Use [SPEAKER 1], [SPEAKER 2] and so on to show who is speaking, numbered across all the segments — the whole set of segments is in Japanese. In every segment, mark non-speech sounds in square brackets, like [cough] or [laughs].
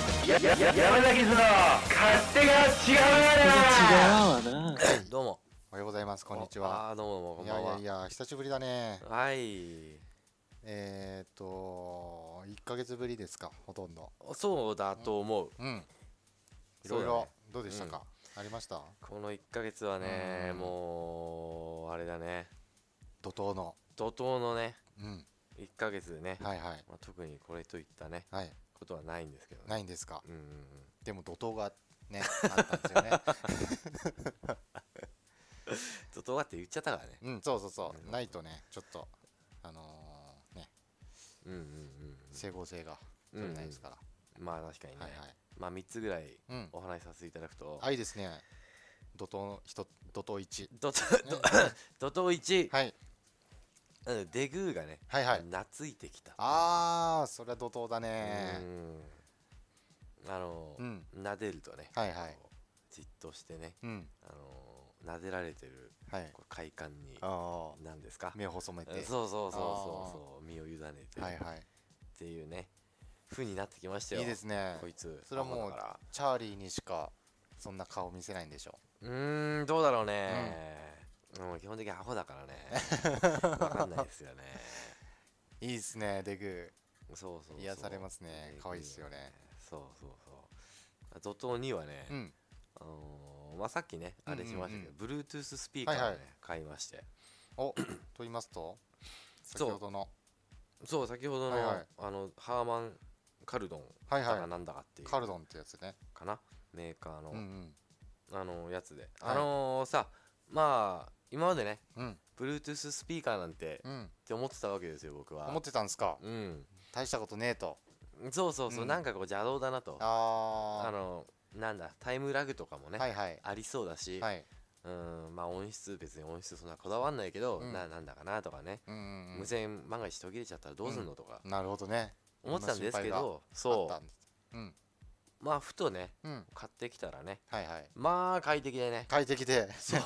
[SPEAKER 1] 山崎の勝手が違う
[SPEAKER 2] わな
[SPEAKER 3] どうも。
[SPEAKER 4] おはようございますこんにちは
[SPEAKER 3] ああー、どうも、こ
[SPEAKER 4] い
[SPEAKER 3] んば
[SPEAKER 4] や
[SPEAKER 3] ん
[SPEAKER 4] い
[SPEAKER 3] は
[SPEAKER 4] やい。や久しぶりだね
[SPEAKER 3] はい。
[SPEAKER 4] えー、っと1ヶ月ぶりですかほとんど
[SPEAKER 3] そうだと思う。
[SPEAKER 4] うんい
[SPEAKER 3] そうだね
[SPEAKER 4] ろいろどうでしたか、ありました
[SPEAKER 3] この1ヶ月はね、
[SPEAKER 4] うん
[SPEAKER 3] もう、あれだね。
[SPEAKER 4] 怒涛の
[SPEAKER 3] 怒涛のね、
[SPEAKER 4] うん
[SPEAKER 3] 1ヶ月でね。
[SPEAKER 4] はいはい
[SPEAKER 3] まあ、特にこれといったね、
[SPEAKER 4] はい
[SPEAKER 3] ことはないんですけどね。
[SPEAKER 4] ないんですか
[SPEAKER 3] うんうんうん。
[SPEAKER 4] でも怒涛がねあったんです
[SPEAKER 3] [laughs]
[SPEAKER 4] よね
[SPEAKER 3] 怒涛はって言っちゃったからね。
[SPEAKER 4] うんそうそうそうないとねちょっとあのー、ね
[SPEAKER 3] うんうんうん
[SPEAKER 4] 整合性が取れないですから、
[SPEAKER 3] うん。まあ、確かにね。
[SPEAKER 4] はいはい
[SPEAKER 3] まあ、3つぐらい
[SPEAKER 4] うん
[SPEAKER 3] お話しさせていただくと。
[SPEAKER 4] あいいですね怒涛の人怒涛
[SPEAKER 3] [laughs]
[SPEAKER 4] 一
[SPEAKER 3] 怒涛怒涛1、
[SPEAKER 4] はい
[SPEAKER 3] うんデグーがね、
[SPEAKER 4] はいはい
[SPEAKER 3] 懐いてきた。
[SPEAKER 4] あーそれは怒涛だ
[SPEAKER 3] う
[SPEAKER 4] ね
[SPEAKER 3] んあの、
[SPEAKER 4] うん
[SPEAKER 3] 撫でるとね、
[SPEAKER 4] はいはい
[SPEAKER 3] こうじっとしてね、
[SPEAKER 4] うん
[SPEAKER 3] あの撫でられてる
[SPEAKER 4] はい
[SPEAKER 3] こう快感に
[SPEAKER 4] ああ
[SPEAKER 3] 何ですか
[SPEAKER 4] 目を細めて
[SPEAKER 3] うんそうそうそうそうそう身を委ねて
[SPEAKER 4] はい
[SPEAKER 3] っ
[SPEAKER 4] はい
[SPEAKER 3] ていうね風になってきましたよ
[SPEAKER 4] いいですね
[SPEAKER 3] こいつ
[SPEAKER 4] それはも
[SPEAKER 3] アホ
[SPEAKER 4] う
[SPEAKER 3] だから
[SPEAKER 4] チャーリーにしかそんな顔見せないんでしょ
[SPEAKER 3] うーんどうだろうね、もう基本的にアホだからね
[SPEAKER 4] [laughs]
[SPEAKER 3] わかんないですよね
[SPEAKER 4] いいですねデグ
[SPEAKER 3] そうそうそう
[SPEAKER 4] 癒されますね可愛いっすよね
[SPEAKER 3] そうそうそう怒涛にはね、
[SPEAKER 4] うん
[SPEAKER 3] あのーまあ、さっきねあれしましたけど、
[SPEAKER 4] うん
[SPEAKER 3] Bluetooth スピーカーを、ね
[SPEAKER 4] はいはい
[SPEAKER 3] 買いまして [clears throat]
[SPEAKER 4] おと言いますと先
[SPEAKER 3] そう
[SPEAKER 4] ほどの
[SPEAKER 3] そう先ほどの,、
[SPEAKER 4] はいはい
[SPEAKER 3] あのハーマン・カルドン
[SPEAKER 4] は
[SPEAKER 3] だ
[SPEAKER 4] いはい
[SPEAKER 3] かなんだかっていう
[SPEAKER 4] カ
[SPEAKER 3] か
[SPEAKER 4] ルドンってやつね
[SPEAKER 3] なメーカーの、
[SPEAKER 4] うんうん
[SPEAKER 3] あのやつで、
[SPEAKER 4] はい
[SPEAKER 3] あのーさまあ今までね
[SPEAKER 4] うん
[SPEAKER 3] Bluetooth スピーカーなんて、
[SPEAKER 4] う
[SPEAKER 3] っ
[SPEAKER 4] ん
[SPEAKER 3] て思ってたわけですよ僕は
[SPEAKER 4] 思ってたんですか
[SPEAKER 3] うん
[SPEAKER 4] 大したことねえと
[SPEAKER 3] そうそうそう、
[SPEAKER 4] うん
[SPEAKER 3] なんかこう邪道だなとあ
[SPEAKER 4] あ
[SPEAKER 3] のなんだタイムラグとかも
[SPEAKER 4] あ
[SPEAKER 3] ね、
[SPEAKER 4] はいはい
[SPEAKER 3] ありそうだし、
[SPEAKER 4] はい
[SPEAKER 3] うんまあ音質別に音質そんなこだわんないけど、
[SPEAKER 4] うん
[SPEAKER 3] ななんだかなとかね、
[SPEAKER 4] うんうん
[SPEAKER 3] 無線万が一途切れちゃったらどうすんのとか
[SPEAKER 4] うんなるほどね
[SPEAKER 3] 思ってたんですけ
[SPEAKER 4] いろ
[SPEAKER 3] ど、
[SPEAKER 4] 心配
[SPEAKER 3] そ
[SPEAKER 4] があったんですうん
[SPEAKER 3] うまあふとね
[SPEAKER 4] うん
[SPEAKER 3] 買ってきたらね
[SPEAKER 4] はいはい
[SPEAKER 3] まあ快適で
[SPEAKER 4] [laughs]
[SPEAKER 3] ね
[SPEAKER 4] 快適で
[SPEAKER 3] スマ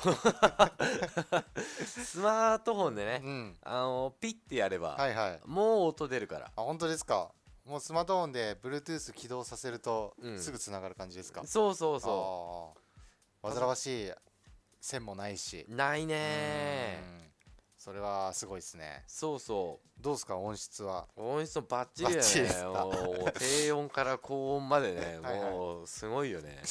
[SPEAKER 3] ートフォンでね、
[SPEAKER 4] [laughs] うん
[SPEAKER 3] あのピッてやれば、
[SPEAKER 4] はいはい
[SPEAKER 3] もう音出るから
[SPEAKER 4] あ本当ですかもうスマートフォンで Bluetooth 起動させると
[SPEAKER 3] うん
[SPEAKER 4] すぐつながる感じですか、
[SPEAKER 3] そうそうそ
[SPEAKER 4] あー煩わしい線もないし
[SPEAKER 3] うないうねー
[SPEAKER 4] んそれはすごいですね
[SPEAKER 3] そうそ
[SPEAKER 4] どうですか音質は
[SPEAKER 3] う音質もバッチリ
[SPEAKER 4] バッチリで
[SPEAKER 3] だ
[SPEAKER 4] す
[SPEAKER 3] よ
[SPEAKER 4] か
[SPEAKER 3] ね
[SPEAKER 4] [laughs]
[SPEAKER 3] もう低音から高音までね
[SPEAKER 4] はいはい
[SPEAKER 3] もうすごいよね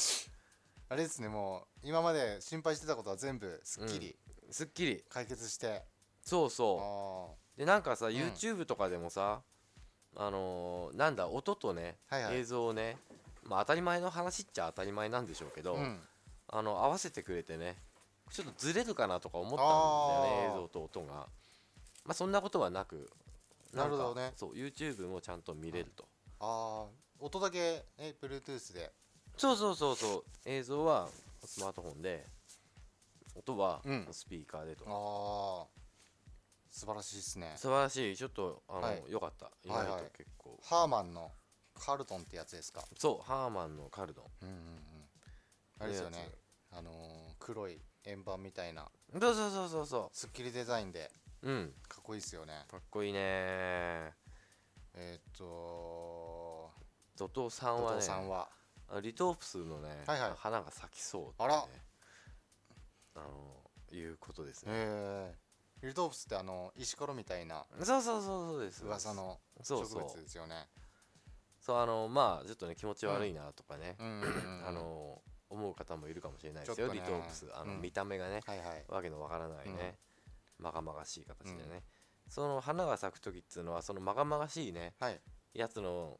[SPEAKER 4] あれですねもう今まで心配してたことは全部すっきり
[SPEAKER 3] すっきり
[SPEAKER 4] 解決して、
[SPEAKER 3] そうそう
[SPEAKER 4] あ
[SPEAKER 3] でなんかさ、
[SPEAKER 4] ん
[SPEAKER 3] YouTube とかでもさあのーなんだ音とね、
[SPEAKER 4] はいはい
[SPEAKER 3] 映像をね、まあ、当たり前の話っちゃ当たり前なんでしょうけ
[SPEAKER 4] あ
[SPEAKER 3] ど、
[SPEAKER 4] うん
[SPEAKER 3] あの合わせてくれてねちょっとずれるかなとか思ったんだよね
[SPEAKER 4] あー
[SPEAKER 3] 映像と音が、まあ、そんなことはなくんか
[SPEAKER 4] なるほどね
[SPEAKER 3] そう YouTube もちゃんと見れると、
[SPEAKER 4] あー音だけ、ね、Bluetooth で
[SPEAKER 3] そうそうそうそう映像はスマートフォンで音は
[SPEAKER 4] うん
[SPEAKER 3] スピーカーでと、
[SPEAKER 4] ああ素晴らしいですね
[SPEAKER 3] 素晴らしいちょっとあの、
[SPEAKER 4] はい
[SPEAKER 3] よかった意
[SPEAKER 4] は
[SPEAKER 3] 外
[SPEAKER 4] いは
[SPEAKER 3] と
[SPEAKER 4] い
[SPEAKER 3] 結構、
[SPEAKER 4] ハーマンのカルトンってやつですか
[SPEAKER 3] そうハーマンのカルドン
[SPEAKER 4] うんうんうんあれですよねあのー黒い円盤みたいな
[SPEAKER 3] そうそうそうそうそ
[SPEAKER 4] スッキリデザインで
[SPEAKER 3] ううん
[SPEAKER 4] かっこいいですよね
[SPEAKER 3] かっこいいね
[SPEAKER 4] えーっと
[SPEAKER 3] ドトさん
[SPEAKER 4] お
[SPEAKER 3] は
[SPEAKER 4] 父
[SPEAKER 3] ね
[SPEAKER 4] さんは
[SPEAKER 3] あリトープスのね、
[SPEAKER 4] はいはい
[SPEAKER 3] 花が咲きそうってね
[SPEAKER 4] あら
[SPEAKER 3] あのいうことですね、
[SPEAKER 4] えー、リトープスってあの石ころみたいな
[SPEAKER 3] そうそうそうそうです
[SPEAKER 4] 噂の植
[SPEAKER 3] そう
[SPEAKER 4] 物
[SPEAKER 3] そう
[SPEAKER 4] ですよね
[SPEAKER 3] そうあのまあちょっとね気持ち悪いなとかね、
[SPEAKER 4] うんうんうんうん
[SPEAKER 3] あの思う方もいるかもしれないですよ、
[SPEAKER 4] ちょっと
[SPEAKER 3] リ
[SPEAKER 4] ね
[SPEAKER 3] トープスあの、
[SPEAKER 4] うん
[SPEAKER 3] 見た目がね、
[SPEAKER 4] はいはい
[SPEAKER 3] わけのわからないね、まがまがしい形でね、その花が咲く時っていうのはそのまがまがしいね
[SPEAKER 4] はい
[SPEAKER 3] やつの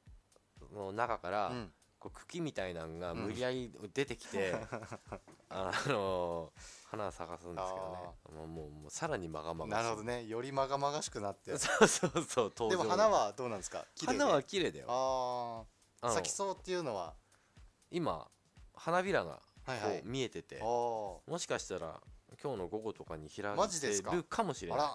[SPEAKER 3] の中から、
[SPEAKER 4] うん
[SPEAKER 3] こう茎みたいなのが無理やり出てき
[SPEAKER 4] [laughs]
[SPEAKER 3] て、あの花を探すんですけどねもうもうもうさらにまがまがし
[SPEAKER 4] ないるほどねよりまがまがしくなって
[SPEAKER 3] そうそうそう登
[SPEAKER 4] で
[SPEAKER 3] 場
[SPEAKER 4] も花はどうなんですか綺麗で
[SPEAKER 3] 花は綺麗だよ
[SPEAKER 4] あ
[SPEAKER 3] あ
[SPEAKER 4] あ
[SPEAKER 3] の
[SPEAKER 4] 咲きそうっていうのは
[SPEAKER 3] 今花びらがこ
[SPEAKER 4] はいはいう
[SPEAKER 3] 見えてて、
[SPEAKER 4] あー
[SPEAKER 3] もしかしたら今日の午後とかに開
[SPEAKER 4] マジです
[SPEAKER 3] いて
[SPEAKER 4] か
[SPEAKER 3] るかもしれ
[SPEAKER 4] あ
[SPEAKER 3] な
[SPEAKER 4] ら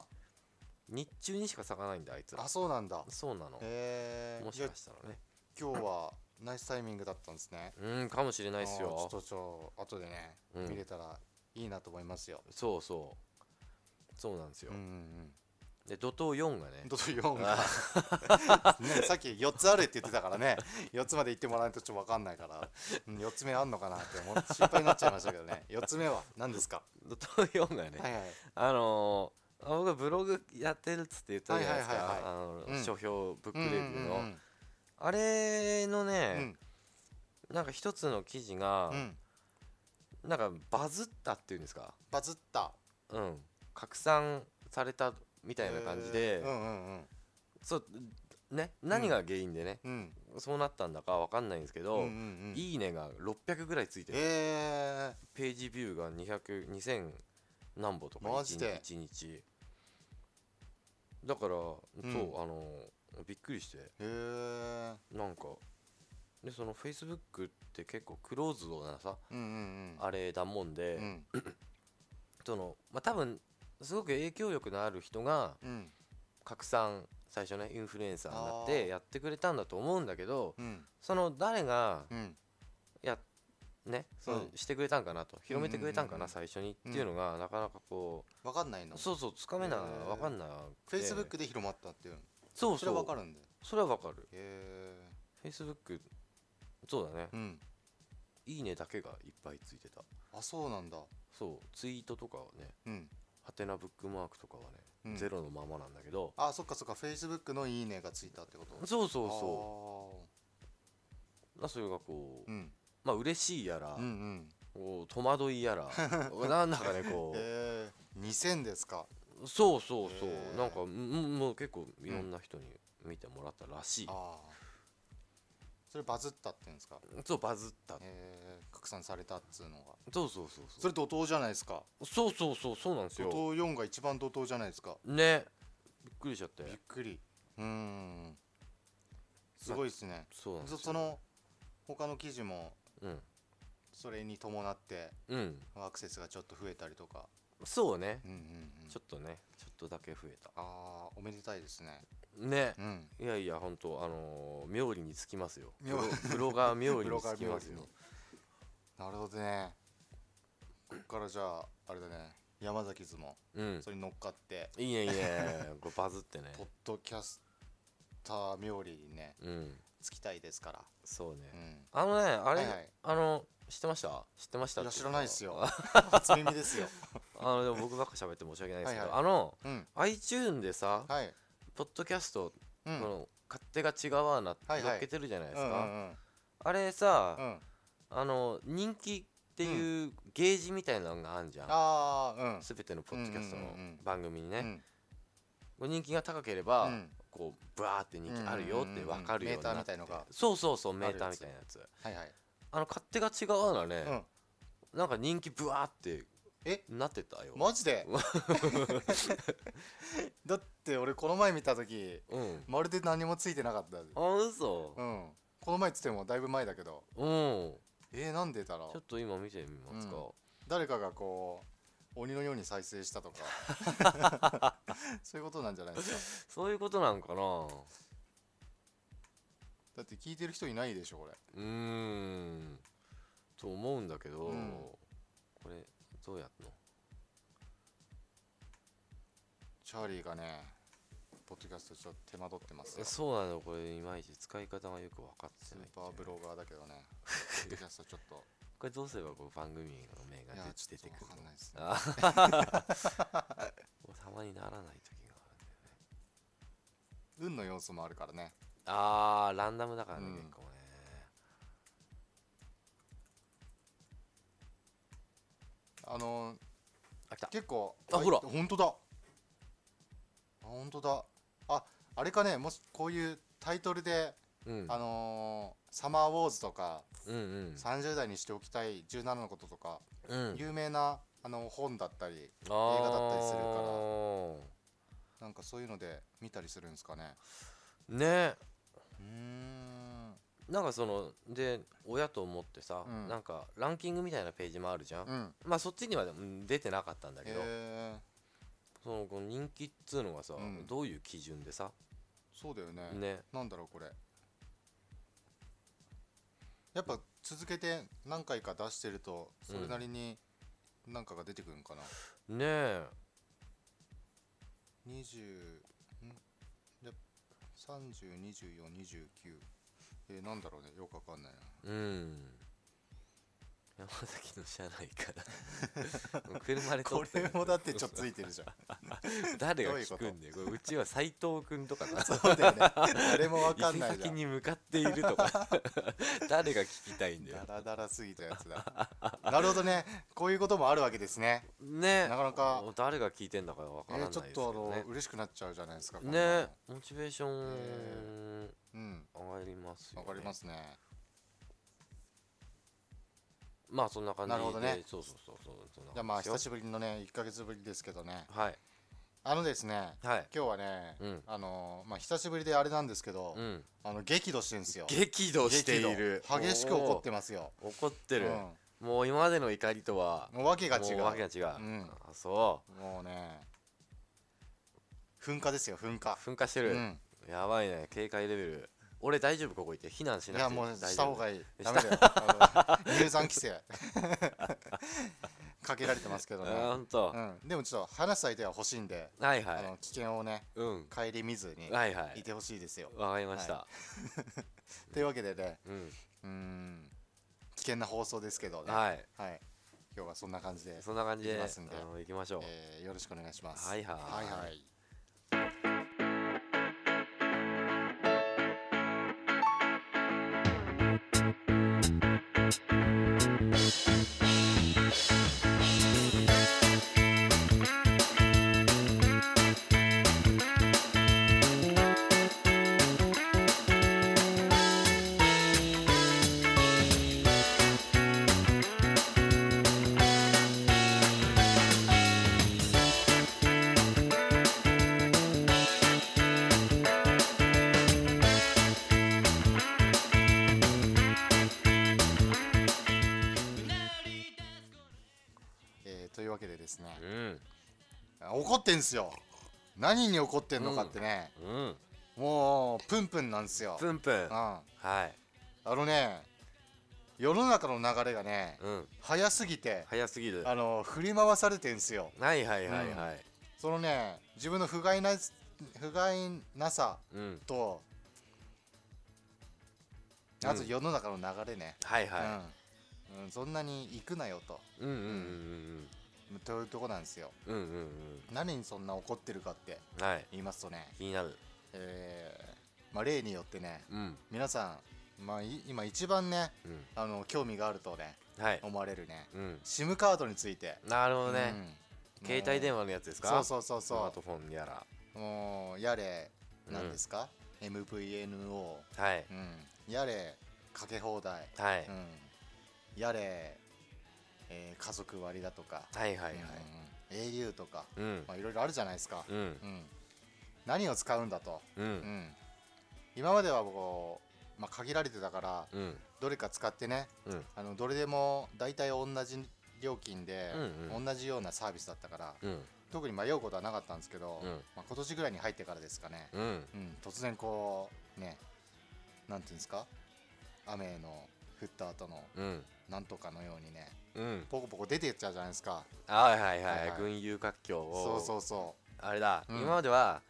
[SPEAKER 3] い日中にしか咲かないんだあいつら
[SPEAKER 4] あそうなんだ
[SPEAKER 3] そうなの、
[SPEAKER 4] え
[SPEAKER 3] も
[SPEAKER 4] ー、
[SPEAKER 3] し
[SPEAKER 4] じゃあ
[SPEAKER 3] かしたらね
[SPEAKER 4] 今日はナイスタイミングだったんですね
[SPEAKER 3] うんかもしれないっす
[SPEAKER 4] あー
[SPEAKER 3] よ
[SPEAKER 4] ちょっとちょ後でね、
[SPEAKER 3] うん
[SPEAKER 4] 見れたらいいなと思いますよ。
[SPEAKER 3] そうそうそうなんですよ、
[SPEAKER 4] うんうんうん、
[SPEAKER 3] で怒涛4がね
[SPEAKER 4] ドト4が、
[SPEAKER 3] [laughs]
[SPEAKER 4] ね、さっき4つあるって言ってたからね4つまで行ってもらわないとちょっと分かんないから、うん、4つ目あんのかなって思う心配になっちゃいましたけど
[SPEAKER 3] [laughs]
[SPEAKER 4] ね4つ目は何ですか
[SPEAKER 3] 怒涛4がね、
[SPEAKER 4] はいはい
[SPEAKER 3] あのーあ僕はブログやってるっつって言ったじゃないですか、
[SPEAKER 4] はいはいはいはい
[SPEAKER 3] あの
[SPEAKER 4] うん
[SPEAKER 3] 書評ブック
[SPEAKER 4] うん
[SPEAKER 3] レ
[SPEAKER 4] う
[SPEAKER 3] ビューの、
[SPEAKER 4] ん
[SPEAKER 3] あれの
[SPEAKER 4] うんう
[SPEAKER 3] ね、
[SPEAKER 4] ん
[SPEAKER 3] なんか一つの記事が
[SPEAKER 4] う、ん
[SPEAKER 3] なんかバズったっていうんですか、
[SPEAKER 4] バズった
[SPEAKER 3] うん、拡散されたみたいな感じで、
[SPEAKER 4] えーうんうんうん
[SPEAKER 3] そうね、何が原因でね、
[SPEAKER 4] うん
[SPEAKER 3] そうなったんだかわかんないんですけど、
[SPEAKER 4] うんうんうん
[SPEAKER 3] いいねが600ぐらいついてる
[SPEAKER 4] え
[SPEAKER 3] ページビューが200 2000何歩とか
[SPEAKER 4] マジで
[SPEAKER 3] 1日だから、
[SPEAKER 4] ん
[SPEAKER 3] そうあのびっくりして
[SPEAKER 4] ー、えー、
[SPEAKER 3] なんかでそのフェイスブックって結構クローズドなさ
[SPEAKER 4] うんうんうん
[SPEAKER 3] あれだもんで、
[SPEAKER 4] うん
[SPEAKER 3] そのまあ多分すごく影響力のある人が
[SPEAKER 4] うん
[SPEAKER 3] 拡散最初ねインフルエンサーになっ
[SPEAKER 4] あー
[SPEAKER 3] てやってくれたんだと思うんだけど
[SPEAKER 4] うん
[SPEAKER 3] その誰が
[SPEAKER 4] うん
[SPEAKER 3] やねそうの
[SPEAKER 4] ん
[SPEAKER 3] してくれたんかなと広めてくれたんか
[SPEAKER 4] うんうん
[SPEAKER 3] な
[SPEAKER 4] うんう
[SPEAKER 3] ん最初にっていうのがなかなかこう
[SPEAKER 4] 分かんないの
[SPEAKER 3] そうそうつかめな
[SPEAKER 4] へー
[SPEAKER 3] わかんな
[SPEAKER 4] フ
[SPEAKER 3] く
[SPEAKER 4] ェ
[SPEAKER 3] て
[SPEAKER 4] イスブックで広まったっていうの
[SPEAKER 3] そう
[SPEAKER 4] それは
[SPEAKER 3] そ
[SPEAKER 4] 分か
[SPEAKER 3] う
[SPEAKER 4] るんで
[SPEAKER 3] それはわかる
[SPEAKER 4] え
[SPEAKER 3] フェイスブックそうだね
[SPEAKER 4] ー、うん
[SPEAKER 3] いいねだけがいっぱいついてた
[SPEAKER 4] あそうなんだ
[SPEAKER 3] そうツイートとかはね
[SPEAKER 4] うん
[SPEAKER 3] ハテナブックマークとかはね、
[SPEAKER 4] うん
[SPEAKER 3] ゼロのままなんだけど
[SPEAKER 4] あそっかそっかフェイスブックの「いいね」がついたってこと
[SPEAKER 3] そう
[SPEAKER 4] あ
[SPEAKER 3] そう
[SPEAKER 4] ー
[SPEAKER 3] そううそれがこう、
[SPEAKER 4] ん
[SPEAKER 3] まあ嬉しいやら、
[SPEAKER 4] うんうん
[SPEAKER 3] こう戸惑いや
[SPEAKER 4] [laughs]
[SPEAKER 3] らなんだかねこう、
[SPEAKER 4] えー、2000ですか
[SPEAKER 3] そうそうそう、
[SPEAKER 4] へー
[SPEAKER 3] なんかんもう結構いろんな人に見てもらったらしい、
[SPEAKER 4] ああそれバズったっていうんですか
[SPEAKER 3] そうバズった、
[SPEAKER 4] えー、拡散されたっつうのが
[SPEAKER 3] そうそうそう
[SPEAKER 4] そ
[SPEAKER 3] そう
[SPEAKER 4] れ怒涛じゃないですか
[SPEAKER 3] そうそうそうそうなんです
[SPEAKER 4] 怒
[SPEAKER 3] よ
[SPEAKER 4] 涛4が一番怒涛じゃないですか
[SPEAKER 3] ねびっくりしちゃって
[SPEAKER 4] びっくりうーんすごいですね
[SPEAKER 3] そうなんです
[SPEAKER 4] そ
[SPEAKER 3] よ
[SPEAKER 4] その他の記事も
[SPEAKER 3] うん
[SPEAKER 4] それに伴って
[SPEAKER 3] うん
[SPEAKER 4] アクセスがちょっと増えたりとか
[SPEAKER 3] そうね、
[SPEAKER 4] うんうんうん
[SPEAKER 3] ちょっとねちょっとだけ増えた
[SPEAKER 4] ああおめでたいですね
[SPEAKER 3] ね、
[SPEAKER 4] うん
[SPEAKER 3] いやいや本当あのー、妙利につきますよブ
[SPEAKER 4] 妙
[SPEAKER 3] ロブロガー妙利
[SPEAKER 4] ブロ
[SPEAKER 3] に
[SPEAKER 4] ガ
[SPEAKER 3] つ
[SPEAKER 4] ー
[SPEAKER 3] き
[SPEAKER 4] 冥
[SPEAKER 3] ま
[SPEAKER 4] 利
[SPEAKER 3] す
[SPEAKER 4] に
[SPEAKER 3] よ
[SPEAKER 4] なるほどねこっからじゃああれだね山崎図も
[SPEAKER 3] うん
[SPEAKER 4] それに乗っかって、
[SPEAKER 3] いいねいい
[SPEAKER 4] [laughs]
[SPEAKER 3] ねこれバズってね
[SPEAKER 4] ポッドキャスター冥利にね
[SPEAKER 3] うん
[SPEAKER 4] つきたいですから、
[SPEAKER 3] そうね、
[SPEAKER 4] うん
[SPEAKER 3] あのねあれ、
[SPEAKER 4] はいはい
[SPEAKER 3] あの知ってました知ってました
[SPEAKER 4] いや知らないです
[SPEAKER 3] よ
[SPEAKER 4] よ初耳で
[SPEAKER 3] [laughs]
[SPEAKER 4] すよ
[SPEAKER 3] あのでも僕ばっか喋って申し訳ないですけど、
[SPEAKER 4] はいは
[SPEAKER 3] あの
[SPEAKER 4] うん
[SPEAKER 3] iTune でさ、
[SPEAKER 4] はい
[SPEAKER 3] ポッドキャスト、
[SPEAKER 4] うん
[SPEAKER 3] この勝手が違うわな
[SPEAKER 4] はいはい
[SPEAKER 3] 乗っけてるじゃないです
[SPEAKER 4] う
[SPEAKER 3] か、
[SPEAKER 4] んうん
[SPEAKER 3] あれさ、
[SPEAKER 4] うんうん
[SPEAKER 3] あの人気っていうゲージみたいなのがあるじゃん、
[SPEAKER 4] ああうん
[SPEAKER 3] すべてのポッドキャストの
[SPEAKER 4] うんうんうんうん
[SPEAKER 3] 番組にね、
[SPEAKER 4] うん
[SPEAKER 3] こう人気が高ければ、
[SPEAKER 4] うん
[SPEAKER 3] こうブワーって人気あるよって分かるようになって、
[SPEAKER 4] うんうんうんうんメーターみたいのが
[SPEAKER 3] そうそうそうメ
[SPEAKER 4] あるやつ
[SPEAKER 3] ーターみたいなやつ
[SPEAKER 4] はいはい
[SPEAKER 3] あの勝手が違うわなね
[SPEAKER 4] う、ん
[SPEAKER 3] なんか人気ブワーって
[SPEAKER 4] え
[SPEAKER 3] なってたよ、
[SPEAKER 4] マジで [laughs] だって俺この前見た時
[SPEAKER 3] うん
[SPEAKER 4] まるで何もついてなかったう
[SPEAKER 3] あ嘘
[SPEAKER 4] んこの前っつってもだいぶ前だけど
[SPEAKER 3] うん
[SPEAKER 4] えー、なんでだろ
[SPEAKER 3] ちょ
[SPEAKER 4] う
[SPEAKER 3] っと今見てみますか、
[SPEAKER 4] 誰かがこう鬼のように再生したとか
[SPEAKER 3] [laughs]
[SPEAKER 4] そういうことなんじゃないですか
[SPEAKER 3] そういうことなんかな
[SPEAKER 4] だって聞いてる人いないでしょこれ
[SPEAKER 3] うーんと思うんだけど、
[SPEAKER 4] うん
[SPEAKER 3] これどうやんの
[SPEAKER 4] チャーリーがねポッドキャストちょっと手間取ってますよス
[SPEAKER 3] そうなのこれいまいち使い方がよく分かって
[SPEAKER 4] ー
[SPEAKER 3] ないって
[SPEAKER 4] パ
[SPEAKER 3] い
[SPEAKER 4] ー
[SPEAKER 3] う
[SPEAKER 4] ブロガーだけどねポッドキャストちょっと
[SPEAKER 3] これどうすればこう番組の面
[SPEAKER 4] いや
[SPEAKER 3] が出
[SPEAKER 4] ち
[SPEAKER 3] 出
[SPEAKER 4] ょっと
[SPEAKER 3] て
[SPEAKER 4] わ
[SPEAKER 3] くる
[SPEAKER 4] かんないですね
[SPEAKER 3] のあ [laughs] もうたまにならない時があるんだよね
[SPEAKER 4] 運の要素もあるからね
[SPEAKER 3] あーランダムだからね、
[SPEAKER 4] うん
[SPEAKER 3] 結構ね
[SPEAKER 4] あの
[SPEAKER 3] あ来た
[SPEAKER 4] 結構
[SPEAKER 3] あほら
[SPEAKER 4] 本当だあ本当だああれかねもしこういうタイトルで、
[SPEAKER 3] うん
[SPEAKER 4] あのーサマーウォーズ」とか、
[SPEAKER 3] うんうん
[SPEAKER 4] 30代にしておきたい17のこととか、
[SPEAKER 3] うん
[SPEAKER 4] 有名なあの本だったり
[SPEAKER 3] 映画
[SPEAKER 4] だったりするからなんかそういうので見たりするんですかね
[SPEAKER 3] ね
[SPEAKER 4] うーん
[SPEAKER 3] なんかそので親と思ってさ、
[SPEAKER 4] うん
[SPEAKER 3] なんかランキングみたいなページもあるじゃん、
[SPEAKER 4] うん
[SPEAKER 3] まあそっちにはでもうん出てなかったんだけど、
[SPEAKER 4] えー、
[SPEAKER 3] そのこの人気っつうのがさ、
[SPEAKER 4] うん
[SPEAKER 3] どういう基準でさ、
[SPEAKER 4] そうだよね
[SPEAKER 3] ね
[SPEAKER 4] なんだろうこれやっぱ続けて何回か出してるとそれなりに何かが出てくるんかな、
[SPEAKER 3] ねえ
[SPEAKER 4] 20 302429えー、なんだろうねよくわかんないな
[SPEAKER 3] うん山崎の車内から [laughs] もう車で撮
[SPEAKER 4] こ
[SPEAKER 3] って
[SPEAKER 4] れ
[SPEAKER 3] る
[SPEAKER 4] もだってちょっとついてるじゃん
[SPEAKER 3] 誰が
[SPEAKER 4] どういうこ
[SPEAKER 3] 聞
[SPEAKER 4] と
[SPEAKER 3] くんだよこれうちは斎藤君とかな
[SPEAKER 4] そうだよね [laughs] 誰もわかん
[SPEAKER 3] 伊勢
[SPEAKER 4] ないじ
[SPEAKER 3] 崎
[SPEAKER 4] ゃん
[SPEAKER 3] に向かっているとか [laughs] 誰が聞きたいんだよ
[SPEAKER 4] ダラダラすぎたやつだ [laughs] なるほどねこういうこともあるわけですね
[SPEAKER 3] ね
[SPEAKER 4] なかなか
[SPEAKER 3] お誰が聞いてんだかわから
[SPEAKER 4] え
[SPEAKER 3] な
[SPEAKER 4] ー
[SPEAKER 3] いです
[SPEAKER 4] ちょっ
[SPEAKER 3] け
[SPEAKER 4] とあ
[SPEAKER 3] ど
[SPEAKER 4] の
[SPEAKER 3] ね、
[SPEAKER 4] 嬉しくなっちゃうじゃないですか
[SPEAKER 3] ねモチベーション
[SPEAKER 4] えうん
[SPEAKER 3] 上がりますよ、
[SPEAKER 4] わ
[SPEAKER 3] ね、
[SPEAKER 4] かりますね
[SPEAKER 3] まあそんな感じで
[SPEAKER 4] なるほどね
[SPEAKER 3] そうそうそうそうそんな
[SPEAKER 4] じゃあまあ
[SPEAKER 3] 感で
[SPEAKER 4] 久
[SPEAKER 3] す
[SPEAKER 4] しぶりのね1ヶ月ぶりですけどね
[SPEAKER 3] よはい
[SPEAKER 4] あのですね
[SPEAKER 3] はい
[SPEAKER 4] 今日はね、
[SPEAKER 3] うん
[SPEAKER 4] あのまあ久しぶりであれなんですけど、
[SPEAKER 3] うん
[SPEAKER 4] あの激怒してるんですよ
[SPEAKER 3] 激怒している
[SPEAKER 4] 激怒激しく怒ってますよ
[SPEAKER 3] おー怒ってる、
[SPEAKER 4] う
[SPEAKER 3] もう今までの怒りとは
[SPEAKER 4] ん、もう訳が違
[SPEAKER 3] も
[SPEAKER 4] う
[SPEAKER 3] うわけが違う、
[SPEAKER 4] うん
[SPEAKER 3] あそ
[SPEAKER 4] もうね噴火ですよ噴火
[SPEAKER 3] う噴火して
[SPEAKER 4] う
[SPEAKER 3] る、
[SPEAKER 4] ん
[SPEAKER 3] やばいね警戒レベル俺大丈夫ここ行って避難し
[SPEAKER 4] い
[SPEAKER 3] なくて
[SPEAKER 4] やもうした方
[SPEAKER 3] いい
[SPEAKER 4] がいい
[SPEAKER 3] え
[SPEAKER 4] ダメだよあ
[SPEAKER 3] [laughs]
[SPEAKER 4] の入山規制 [laughs] かけられてますけどね、
[SPEAKER 3] ほんと
[SPEAKER 4] うん、でもちょっと話す相手は欲しいんで、
[SPEAKER 3] はい
[SPEAKER 4] あ
[SPEAKER 3] は
[SPEAKER 4] の危険をね
[SPEAKER 3] いうん
[SPEAKER 4] 顧みずに
[SPEAKER 3] はいはいい
[SPEAKER 4] てほしいですよ、
[SPEAKER 3] わかりました、
[SPEAKER 4] というわけでね
[SPEAKER 3] うん
[SPEAKER 4] うーん危険な放送ですけどね
[SPEAKER 3] はい
[SPEAKER 4] はい、今日はそんな感じで、
[SPEAKER 3] そんな感じで
[SPEAKER 4] 行き
[SPEAKER 3] あ
[SPEAKER 4] ますんで
[SPEAKER 3] の行きましょう、
[SPEAKER 4] えーよろしくお願いします。
[SPEAKER 3] はいはい
[SPEAKER 4] はいはいえーというわけでですね、
[SPEAKER 3] うん
[SPEAKER 4] 怒ってんすよ。何に怒ってんのかってね、
[SPEAKER 3] うん
[SPEAKER 4] もうプンプンなんですよ。
[SPEAKER 3] プンプン
[SPEAKER 4] うん、あ
[SPEAKER 3] はい
[SPEAKER 4] のね、世の中の流れがね、
[SPEAKER 3] うん
[SPEAKER 4] 早すぎて、
[SPEAKER 3] 早すぎる
[SPEAKER 4] あの振り回されてんすよ。
[SPEAKER 3] はいはいはいはい
[SPEAKER 4] そのね、自分の不甲斐な不甲斐なさ
[SPEAKER 3] うん
[SPEAKER 4] と、
[SPEAKER 3] うん
[SPEAKER 4] あと世の中の流れね。
[SPEAKER 3] はいは
[SPEAKER 4] うんうん、そんなに行くなよと
[SPEAKER 3] いうんうんうん
[SPEAKER 4] というとこなんですよ
[SPEAKER 3] うんうんうんうん
[SPEAKER 4] 何にそんな怒ってるかって
[SPEAKER 3] うんはい
[SPEAKER 4] 言いますとね、
[SPEAKER 3] 気になる
[SPEAKER 4] えーまあ、例によってね
[SPEAKER 3] うん
[SPEAKER 4] 皆さん、まあ、い今一番ね
[SPEAKER 3] うん
[SPEAKER 4] あの興味があるとね
[SPEAKER 3] はい
[SPEAKER 4] 思われるね
[SPEAKER 3] うん
[SPEAKER 4] SIM カードについて、
[SPEAKER 3] なるほどね
[SPEAKER 4] うん
[SPEAKER 3] 携帯電話のやつですか
[SPEAKER 4] そうそうそう
[SPEAKER 3] スマー
[SPEAKER 4] そ
[SPEAKER 3] トフォンやら
[SPEAKER 4] うもうやれ
[SPEAKER 3] うん
[SPEAKER 4] 何ですか、MVNO、
[SPEAKER 3] はい
[SPEAKER 4] うん、やれかけ放題、
[SPEAKER 3] はい
[SPEAKER 4] うん、やれ、えー家族割だとか、
[SPEAKER 3] はいはいはい
[SPEAKER 4] うん au とか、
[SPEAKER 3] うん
[SPEAKER 4] まあ、いろいろあるじゃないですか、
[SPEAKER 3] うん
[SPEAKER 4] うん何を使うんだと、
[SPEAKER 3] う
[SPEAKER 4] うんん今まではこう、まあ、限られてたから
[SPEAKER 3] うん
[SPEAKER 4] どれか使ってね
[SPEAKER 3] うん
[SPEAKER 4] あのどれでも大体同じ料金で、
[SPEAKER 3] うんうん
[SPEAKER 4] 同じようなサービスだったから
[SPEAKER 3] うん
[SPEAKER 4] 特に迷うことはなかったんですけど、
[SPEAKER 3] うん
[SPEAKER 4] まあ、今年ぐらいに入ってからですかね、
[SPEAKER 3] うん
[SPEAKER 4] うん、突然こうねなんていうんですか雨の降った後の
[SPEAKER 3] うん
[SPEAKER 4] なんとかのようにね
[SPEAKER 3] うん
[SPEAKER 4] ポコポコ出ていっちゃうじゃないですか
[SPEAKER 3] はいはい
[SPEAKER 4] はい
[SPEAKER 3] は
[SPEAKER 4] はい
[SPEAKER 3] い群雄割拠
[SPEAKER 4] そ
[SPEAKER 3] を
[SPEAKER 4] うそうそ
[SPEAKER 3] あれだ、
[SPEAKER 4] うん
[SPEAKER 3] 今までは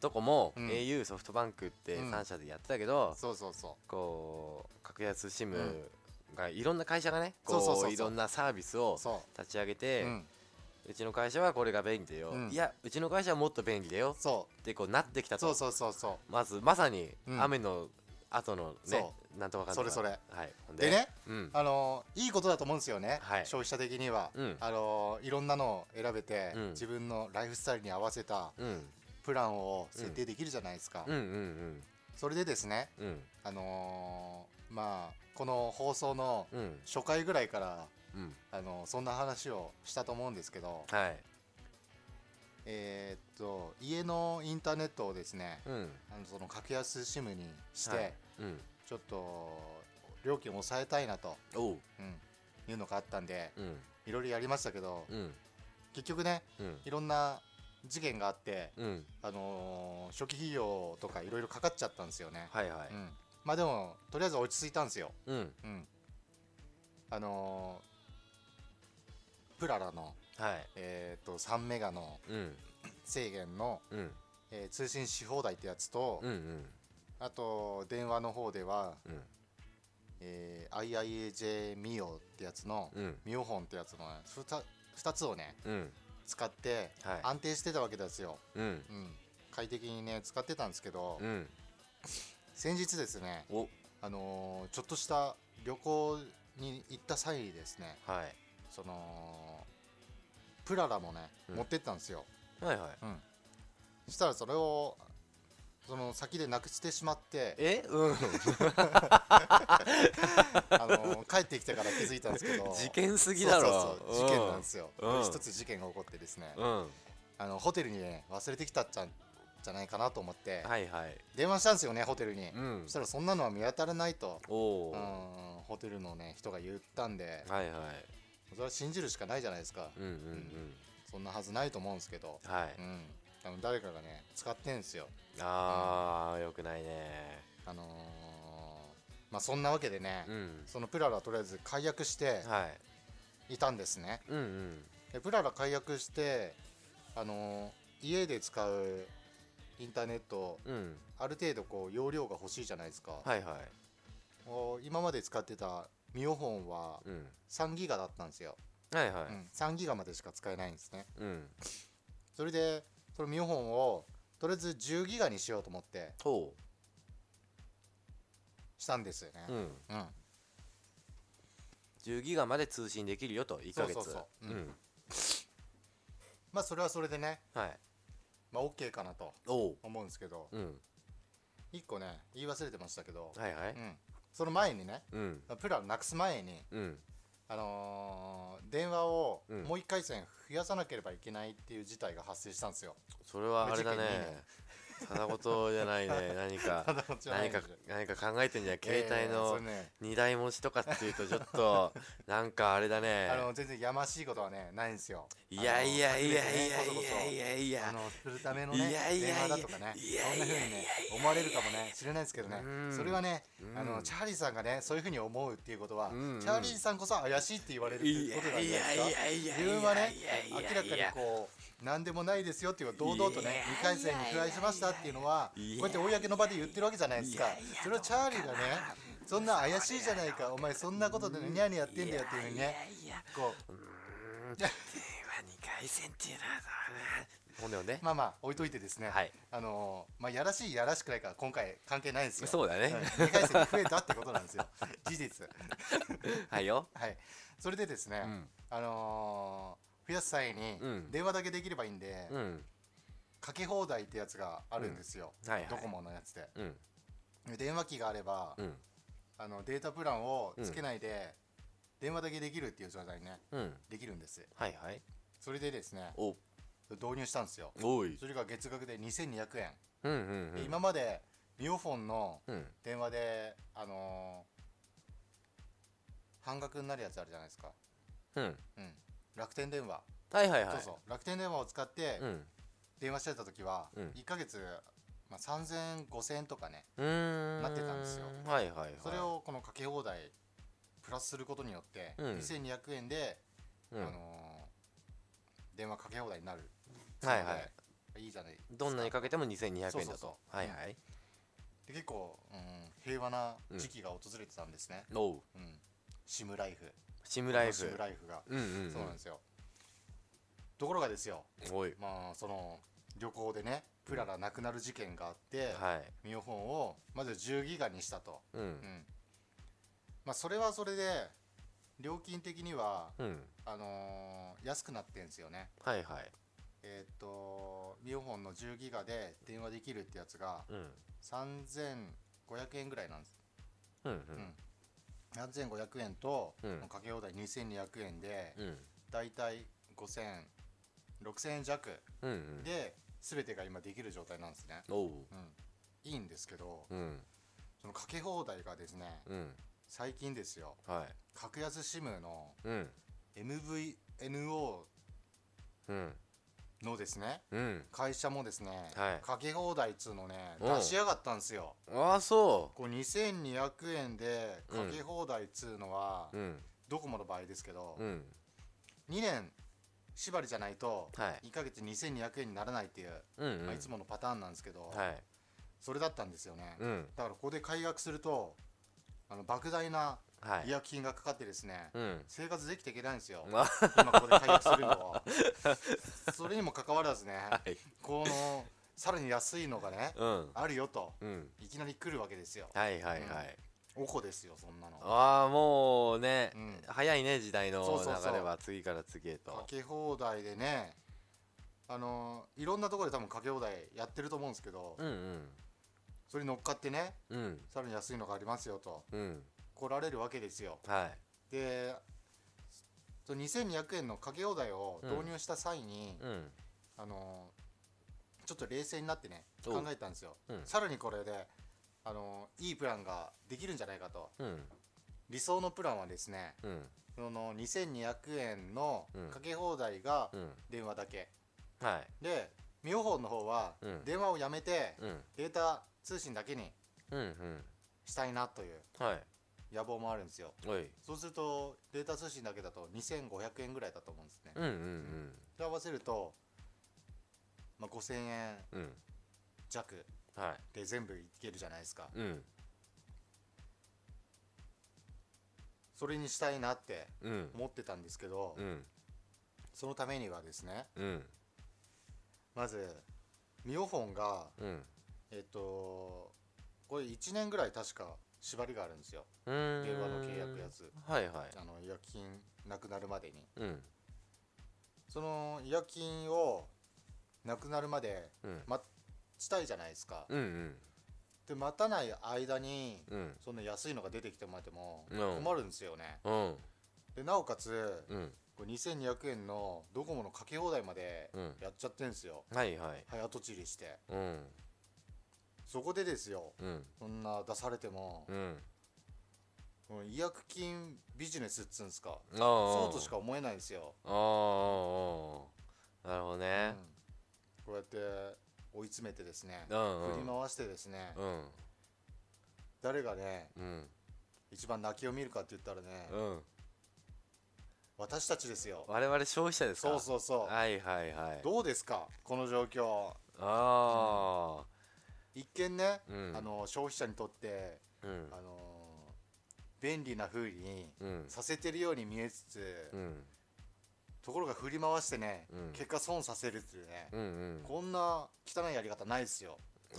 [SPEAKER 3] どこも、
[SPEAKER 4] うん
[SPEAKER 3] au ソフトバンクって
[SPEAKER 4] うん
[SPEAKER 3] 3社でやってたけ
[SPEAKER 4] う
[SPEAKER 3] ど、
[SPEAKER 4] そうそうそ
[SPEAKER 3] こう格安 SIM
[SPEAKER 4] うん
[SPEAKER 3] がいろんな会社がねこう
[SPEAKER 4] そうそうそうそう
[SPEAKER 3] いろんなサービスを
[SPEAKER 4] うそ
[SPEAKER 3] 立ち上げ
[SPEAKER 4] う、
[SPEAKER 3] て、
[SPEAKER 4] う、
[SPEAKER 3] うんちの会社はこれが便利だよ、
[SPEAKER 4] うん
[SPEAKER 3] いやうちの会社はもっと便利だよ
[SPEAKER 4] そ
[SPEAKER 3] ってこうなってきた
[SPEAKER 4] う
[SPEAKER 3] と
[SPEAKER 4] そうそうそうそ
[SPEAKER 3] まずまさに
[SPEAKER 4] うん
[SPEAKER 3] 雨の後のね
[SPEAKER 4] そ、
[SPEAKER 3] なんとかかんとか
[SPEAKER 4] それそれ
[SPEAKER 3] はい、ほん
[SPEAKER 4] うでね
[SPEAKER 3] うん
[SPEAKER 4] あのーいいことだと思うんですよね、
[SPEAKER 3] はい
[SPEAKER 4] 消費者的には、
[SPEAKER 3] うん
[SPEAKER 4] あのーいろんなのを選べて、
[SPEAKER 3] うん
[SPEAKER 4] 自分のライフスタイルに合わせた
[SPEAKER 3] うん
[SPEAKER 4] プランを設定できるじゃないですか、
[SPEAKER 3] うんうん
[SPEAKER 4] それでですね
[SPEAKER 3] うんうん
[SPEAKER 4] あのーまあこの放送の
[SPEAKER 3] うん
[SPEAKER 4] 初回ぐらいから
[SPEAKER 3] うん
[SPEAKER 4] あのーそんな話をしたと思うんですけど、
[SPEAKER 3] はい
[SPEAKER 4] えーっと家のインターネットをですね
[SPEAKER 3] うん
[SPEAKER 4] あのその格安 SIM にして、
[SPEAKER 3] はいうん
[SPEAKER 4] ちょっと料金を抑えたいなと、
[SPEAKER 3] おう
[SPEAKER 4] うん、いうのがあったんで
[SPEAKER 3] うん
[SPEAKER 4] いろいろやりましたけど、
[SPEAKER 3] うん
[SPEAKER 4] 結局ね
[SPEAKER 3] うん
[SPEAKER 4] いろんな事件があって、
[SPEAKER 3] うん
[SPEAKER 4] あのー初期費用とかいろいろかかっちゃったんですよね、
[SPEAKER 3] はいはい
[SPEAKER 4] うん、まあでもとりあえず落ち着いたんですよ、
[SPEAKER 3] うん
[SPEAKER 4] うん、あのープララの、
[SPEAKER 3] はい
[SPEAKER 4] えーっと3メガの
[SPEAKER 3] うん
[SPEAKER 4] 制限の
[SPEAKER 3] うん
[SPEAKER 4] えー通信し放題ってやつと、
[SPEAKER 3] うんうん
[SPEAKER 4] あと電話の方では、
[SPEAKER 3] うん
[SPEAKER 4] えー IIAJ ミオってやつの、
[SPEAKER 3] うん
[SPEAKER 4] ミオホンってやつの 2, 2つをね
[SPEAKER 3] うん
[SPEAKER 4] 使って
[SPEAKER 3] はい
[SPEAKER 4] 安定してたわけですよ、
[SPEAKER 3] うん
[SPEAKER 4] うん、快適にね使ってたんですけど、
[SPEAKER 3] うん
[SPEAKER 4] 先日ですね、
[SPEAKER 3] お
[SPEAKER 4] あのーちょっとした旅行に行った際にですね
[SPEAKER 3] はい
[SPEAKER 4] そのプララもね、
[SPEAKER 3] うん
[SPEAKER 4] 持ってったんですよ、
[SPEAKER 3] はいはい
[SPEAKER 4] うん、そしたらそれをその先でなくしてしまって
[SPEAKER 3] えうん
[SPEAKER 4] あの帰ってきてから気づいたんですけど
[SPEAKER 3] [laughs] 事件すぎだろ
[SPEAKER 4] そうそうそう事件なんですよ、
[SPEAKER 3] うん
[SPEAKER 4] これ一つ事件が起こってですね、
[SPEAKER 3] うんは
[SPEAKER 4] あのホテルに、ね、忘れてきたっちゃんじゃないかなと思って、
[SPEAKER 3] いはい
[SPEAKER 4] 電話したんですよねホテルに、
[SPEAKER 3] うん
[SPEAKER 4] そしたらそんなのは見当たらないと、
[SPEAKER 3] お
[SPEAKER 4] う
[SPEAKER 3] お
[SPEAKER 4] ん、ホテルの、ね、人が言ったんで
[SPEAKER 3] はいはい
[SPEAKER 4] それは信じるしかないじゃないですか、
[SPEAKER 3] うんうん
[SPEAKER 4] そんなはずないと思うんですけど、
[SPEAKER 3] うんは
[SPEAKER 4] う
[SPEAKER 3] い
[SPEAKER 4] ん、多分誰かがね使ってんですよ
[SPEAKER 3] あーよくないね
[SPEAKER 4] あのーまあそんなわけでね、
[SPEAKER 3] うん
[SPEAKER 4] そのプララとりあえず解約して
[SPEAKER 3] はい
[SPEAKER 4] いたんですね、
[SPEAKER 3] うんうん
[SPEAKER 4] でプララ解約して、あのー家で使うインターネット
[SPEAKER 3] うん
[SPEAKER 4] ある程度こう容量が欲しいじゃないですか、
[SPEAKER 3] はいはい
[SPEAKER 4] お今まで使ってたミオフォンは
[SPEAKER 3] うん
[SPEAKER 4] 3ギガだったんですよ、
[SPEAKER 3] はいは
[SPEAKER 4] う
[SPEAKER 3] い
[SPEAKER 4] ん、3ギガまでしか使えないんですね
[SPEAKER 3] うん
[SPEAKER 4] それでそのミオフォンをとりあえず10ギガにしようと思って
[SPEAKER 3] と
[SPEAKER 4] したんですよ
[SPEAKER 3] う
[SPEAKER 4] ね
[SPEAKER 3] ん
[SPEAKER 4] うん、
[SPEAKER 3] 10ギガまで通信できるよと1ヶ月
[SPEAKER 4] そうそうそううん
[SPEAKER 3] ん
[SPEAKER 4] まあそれはそれでね、
[SPEAKER 3] はい
[SPEAKER 4] まあ、OK かなと
[SPEAKER 3] おお
[SPEAKER 4] 思うんですけど
[SPEAKER 3] うん
[SPEAKER 4] 1個ね言い忘れてましたけど、
[SPEAKER 3] はいはい
[SPEAKER 4] うん、その前にね
[SPEAKER 3] うん
[SPEAKER 4] プララなくす前に
[SPEAKER 3] うん
[SPEAKER 4] あのー電話を
[SPEAKER 3] うん
[SPEAKER 4] もう1回線増やさなければいけないっていう事態が発生したんですよ。
[SPEAKER 3] それはあれだ
[SPEAKER 4] 無事件いい
[SPEAKER 3] ね
[SPEAKER 4] ね
[SPEAKER 3] ただごとじゃない
[SPEAKER 4] [laughs]
[SPEAKER 3] ね何か
[SPEAKER 4] ただ事じゃない
[SPEAKER 3] 何
[SPEAKER 4] んで
[SPEAKER 3] か何か考えてんじゃん携帯
[SPEAKER 4] えーそ
[SPEAKER 3] の
[SPEAKER 4] れね
[SPEAKER 3] 二台持ちとかっていうとちょっとなんかあれだね
[SPEAKER 4] [laughs] あの全然やましいことはねないんですよ。
[SPEAKER 3] いやいやいやいや
[SPEAKER 4] あの
[SPEAKER 3] いやいやいや
[SPEAKER 4] あのするためのね
[SPEAKER 3] いやいやいや
[SPEAKER 4] 電話だとかね
[SPEAKER 3] いや
[SPEAKER 4] そん
[SPEAKER 3] いや
[SPEAKER 4] なふう
[SPEAKER 3] いや
[SPEAKER 4] にね思われるかもね知れないですけどね
[SPEAKER 3] うん
[SPEAKER 4] それはねあ
[SPEAKER 3] う
[SPEAKER 4] の
[SPEAKER 3] ん
[SPEAKER 4] チャーリーさんがねそういうふうに思うっていうことはチ
[SPEAKER 3] うんうん
[SPEAKER 4] ャーリーさんこそ怪しいって言われるっていうことなんじゃないですか
[SPEAKER 3] いやいやいやいやいや
[SPEAKER 4] 自分はね
[SPEAKER 3] いやい
[SPEAKER 4] 明
[SPEAKER 3] やいや
[SPEAKER 4] らかにこう何でもないですよっていう堂々と
[SPEAKER 3] いやい
[SPEAKER 4] ね
[SPEAKER 3] や
[SPEAKER 4] 2回戦に加えしましたっていうのはこ
[SPEAKER 3] いや
[SPEAKER 4] うやって公の場で言ってるわけじゃないですか
[SPEAKER 3] いやいや
[SPEAKER 4] それをチャーリーがねそんな怪しいじゃないかお前そんなことでニャーニャやってんだよっていうふうにね
[SPEAKER 3] いや
[SPEAKER 4] こう
[SPEAKER 3] 二回戦っていうのはほんでほんで
[SPEAKER 4] まあまあ置いといてですね、
[SPEAKER 3] はい
[SPEAKER 4] あのーまあ、やらしいやらしくないから今回関係ないんですよ
[SPEAKER 3] そうだね
[SPEAKER 4] 2回戦に増えたってことなんですよ [laughs] 事実
[SPEAKER 3] はいよ
[SPEAKER 4] はいそれでですね、
[SPEAKER 3] ん
[SPEAKER 4] あのー増やす際に
[SPEAKER 3] うん
[SPEAKER 4] 電話だけできればいいんで、
[SPEAKER 3] うん
[SPEAKER 4] かけ放題ってやつがあるんですよ、
[SPEAKER 3] うんはいはい
[SPEAKER 4] ドコモのやつで
[SPEAKER 3] うん
[SPEAKER 4] で電話機があれば、
[SPEAKER 3] うん
[SPEAKER 4] あのデータプランをつけないで、電話だけできるっていう状態にね
[SPEAKER 3] うん
[SPEAKER 4] できるんです
[SPEAKER 3] はいはい
[SPEAKER 4] それでですね
[SPEAKER 3] お
[SPEAKER 4] 導入したんですよ
[SPEAKER 3] おい
[SPEAKER 4] それが月額で2200円、
[SPEAKER 3] うんうんう
[SPEAKER 4] で
[SPEAKER 3] ん
[SPEAKER 4] 今までミオフォンの
[SPEAKER 3] うん
[SPEAKER 4] 電話で、あのー半額になるやつあるじゃないですか、
[SPEAKER 3] うん
[SPEAKER 4] うん、楽天電話、
[SPEAKER 3] はいはいはい
[SPEAKER 4] そうそう楽天電話を使って
[SPEAKER 3] うん
[SPEAKER 4] 電話してた時は、
[SPEAKER 3] うん
[SPEAKER 4] 1ヶ月、まあ、3000円5000円とかね
[SPEAKER 3] うーん
[SPEAKER 4] なってたんですよ
[SPEAKER 3] はいはいはい
[SPEAKER 4] それをこのかけ放題プラスすることによって、
[SPEAKER 3] うん
[SPEAKER 4] 2200円で、
[SPEAKER 3] うん
[SPEAKER 4] あのー電話かけ放題になる
[SPEAKER 3] はいはい
[SPEAKER 4] いいじゃないです
[SPEAKER 3] どんなにかけても2200円だ
[SPEAKER 4] そうそう
[SPEAKER 3] と
[SPEAKER 4] そ
[SPEAKER 3] はいはい
[SPEAKER 4] で結構、うん、平和な時期が訪れてたんですね、
[SPEAKER 3] おう
[SPEAKER 4] うんシムライフ
[SPEAKER 3] シムライ
[SPEAKER 4] シム
[SPEAKER 3] フ
[SPEAKER 4] ライフが、
[SPEAKER 3] うんうんうん
[SPEAKER 4] そうなんですよところがですよ
[SPEAKER 3] おい
[SPEAKER 4] まあその旅行でねプララなくなる事件があって、
[SPEAKER 3] はい
[SPEAKER 4] ミオフォンをまず10ギガにしたと、
[SPEAKER 3] う
[SPEAKER 4] うんんまあ、それはそれで料金的には、
[SPEAKER 3] うん
[SPEAKER 4] あのー安くなってんですよね
[SPEAKER 3] はいはい
[SPEAKER 4] えーっとミオフォンの10ギガで電話できるってやつが
[SPEAKER 3] うん
[SPEAKER 4] 3500円ぐらいなんです
[SPEAKER 3] うん
[SPEAKER 4] 3500円と、
[SPEAKER 3] うん
[SPEAKER 4] かけ放題2200円で、
[SPEAKER 3] うんうん
[SPEAKER 4] だいたい5000 6000円弱
[SPEAKER 3] うんうん
[SPEAKER 4] で全てが今できる状態なんですね、
[SPEAKER 3] おう
[SPEAKER 4] うん、いいんですけど
[SPEAKER 3] うん
[SPEAKER 4] そのかけ放題がですね
[SPEAKER 3] うん
[SPEAKER 4] 最近ですよ
[SPEAKER 3] はい
[SPEAKER 4] 格安 SIM の
[SPEAKER 3] うん
[SPEAKER 4] MVNO
[SPEAKER 3] うん
[SPEAKER 4] のですね
[SPEAKER 3] うん
[SPEAKER 4] 会社もですね、
[SPEAKER 3] はい
[SPEAKER 4] かけ放題っつうのね
[SPEAKER 3] うん
[SPEAKER 4] 出しやがったんですよ
[SPEAKER 3] ああそ
[SPEAKER 4] こう2200円でかけ放題っつうのは、
[SPEAKER 3] ううん
[SPEAKER 4] ドコモの場合ですけど、
[SPEAKER 3] うん
[SPEAKER 4] 2年縛りじゃないと
[SPEAKER 3] はい
[SPEAKER 4] 1ヶ月2200円にならないっていう、
[SPEAKER 3] うんうん
[SPEAKER 4] まあ、いつものパターンなんですけど、
[SPEAKER 3] はい
[SPEAKER 4] それだったんですよね、
[SPEAKER 3] うん
[SPEAKER 4] だからここで解約するとあの莫大な
[SPEAKER 3] は
[SPEAKER 4] 違
[SPEAKER 3] い
[SPEAKER 4] 約金がかかってですね、
[SPEAKER 3] うん
[SPEAKER 4] 生活できていけないんですよ、
[SPEAKER 3] まあ
[SPEAKER 4] 今ここで解約するの
[SPEAKER 3] [laughs]
[SPEAKER 4] はそれにもかかわらずね、
[SPEAKER 3] はい
[SPEAKER 4] このさらに安いのがね
[SPEAKER 3] うん
[SPEAKER 4] あるよと
[SPEAKER 3] うん
[SPEAKER 4] いきなり来るわけですよ
[SPEAKER 3] はいはいはい
[SPEAKER 4] おこですよそんなの
[SPEAKER 3] ああもうね
[SPEAKER 4] うん
[SPEAKER 3] 早いね時代の
[SPEAKER 4] そうそうそう
[SPEAKER 3] 流れは次から次へ
[SPEAKER 4] か
[SPEAKER 3] と
[SPEAKER 4] け放題でねあのいろんなところで多分かけ放題やってると思うんですけど、
[SPEAKER 3] うんうん
[SPEAKER 4] それに乗っかってね
[SPEAKER 3] うん
[SPEAKER 4] さらに安いのがありますよと
[SPEAKER 3] うん
[SPEAKER 4] 来られるわけですよ
[SPEAKER 3] は
[SPEAKER 4] でその2200円のかけ放題を導入した際に、
[SPEAKER 3] いうん
[SPEAKER 4] あのちょっと冷静になってね
[SPEAKER 3] お
[SPEAKER 4] 考えたんですよ、
[SPEAKER 3] うん
[SPEAKER 4] さらにこれであのいいプランができるんじゃないかと
[SPEAKER 3] うん
[SPEAKER 4] 理想のプランはですね
[SPEAKER 3] うん
[SPEAKER 4] その2200円の
[SPEAKER 3] うん
[SPEAKER 4] かけ放題が
[SPEAKER 3] うん
[SPEAKER 4] 電話だけ、
[SPEAKER 3] はい
[SPEAKER 4] で妙法の方は
[SPEAKER 3] うん
[SPEAKER 4] 電話をやめて
[SPEAKER 3] うん
[SPEAKER 4] データ通信だけに
[SPEAKER 3] うんうん
[SPEAKER 4] したいなという
[SPEAKER 3] はい
[SPEAKER 4] 野望もあるんですよ
[SPEAKER 3] おい
[SPEAKER 4] そうするとデータ通信だけだと2500円ぐらいだと思うんですね
[SPEAKER 3] うんうん
[SPEAKER 4] で合わせると、まあ、5000円
[SPEAKER 3] うんうん
[SPEAKER 4] 弱
[SPEAKER 3] は
[SPEAKER 4] で全部いけるじゃないですか
[SPEAKER 3] いうん
[SPEAKER 4] それにしたいなって
[SPEAKER 3] うん
[SPEAKER 4] 思ってたんですけど
[SPEAKER 3] うん
[SPEAKER 4] そのためにはですね
[SPEAKER 3] うん
[SPEAKER 4] まずミオフォンが
[SPEAKER 3] うん
[SPEAKER 4] えっとこれ1年ぐらい確か縛りがあるんですよ
[SPEAKER 3] うーん
[SPEAKER 4] 電話の契約やつ
[SPEAKER 3] はいはい
[SPEAKER 4] あの違約金なくなるまでに
[SPEAKER 3] うん
[SPEAKER 4] その違約金をなくなるまで
[SPEAKER 3] うん
[SPEAKER 4] 待ちたいじゃないですか、
[SPEAKER 3] うんうん
[SPEAKER 4] で待たない間に
[SPEAKER 3] うん
[SPEAKER 4] そんな安いのが出てきてもらっても
[SPEAKER 3] うん
[SPEAKER 4] 困るんですよね、
[SPEAKER 3] うん
[SPEAKER 4] でなおかつ
[SPEAKER 3] うん
[SPEAKER 4] これ2200円のドコモのかけ放題まで
[SPEAKER 3] うん
[SPEAKER 4] やっちゃってんですよ、
[SPEAKER 3] はいはい
[SPEAKER 4] 早とちりして
[SPEAKER 3] うん
[SPEAKER 4] そこでですよ
[SPEAKER 3] うん
[SPEAKER 4] そんな出されても
[SPEAKER 3] う、ん
[SPEAKER 4] この違約金ビジネスっつうんですか
[SPEAKER 3] ああ
[SPEAKER 4] そうとしか思えないんですよ、
[SPEAKER 3] ああああなるほど
[SPEAKER 4] うん
[SPEAKER 3] ね、
[SPEAKER 4] こうやって追い詰めてですね、
[SPEAKER 3] うんうん
[SPEAKER 4] 振り回してですね、
[SPEAKER 3] うん
[SPEAKER 4] 誰がね
[SPEAKER 3] うん
[SPEAKER 4] 一番泣きを見るかって言ったらね、
[SPEAKER 3] うん
[SPEAKER 4] 私たちですよ
[SPEAKER 3] 我々消費者ですか
[SPEAKER 4] そうそうそう、
[SPEAKER 3] はいはいはい
[SPEAKER 4] どうですかこの状況
[SPEAKER 3] あ
[SPEAKER 4] 一見ね、
[SPEAKER 3] あうん
[SPEAKER 4] あの消費者にとって、
[SPEAKER 3] うん
[SPEAKER 4] あのー便利な風に
[SPEAKER 3] うん
[SPEAKER 4] させてるように見えつつ、
[SPEAKER 3] うん
[SPEAKER 4] ところが振り回してね、
[SPEAKER 3] うん
[SPEAKER 4] 結果損させるっていうね、
[SPEAKER 3] うんうん
[SPEAKER 4] こんな汚いやり方ないですよ
[SPEAKER 3] ああ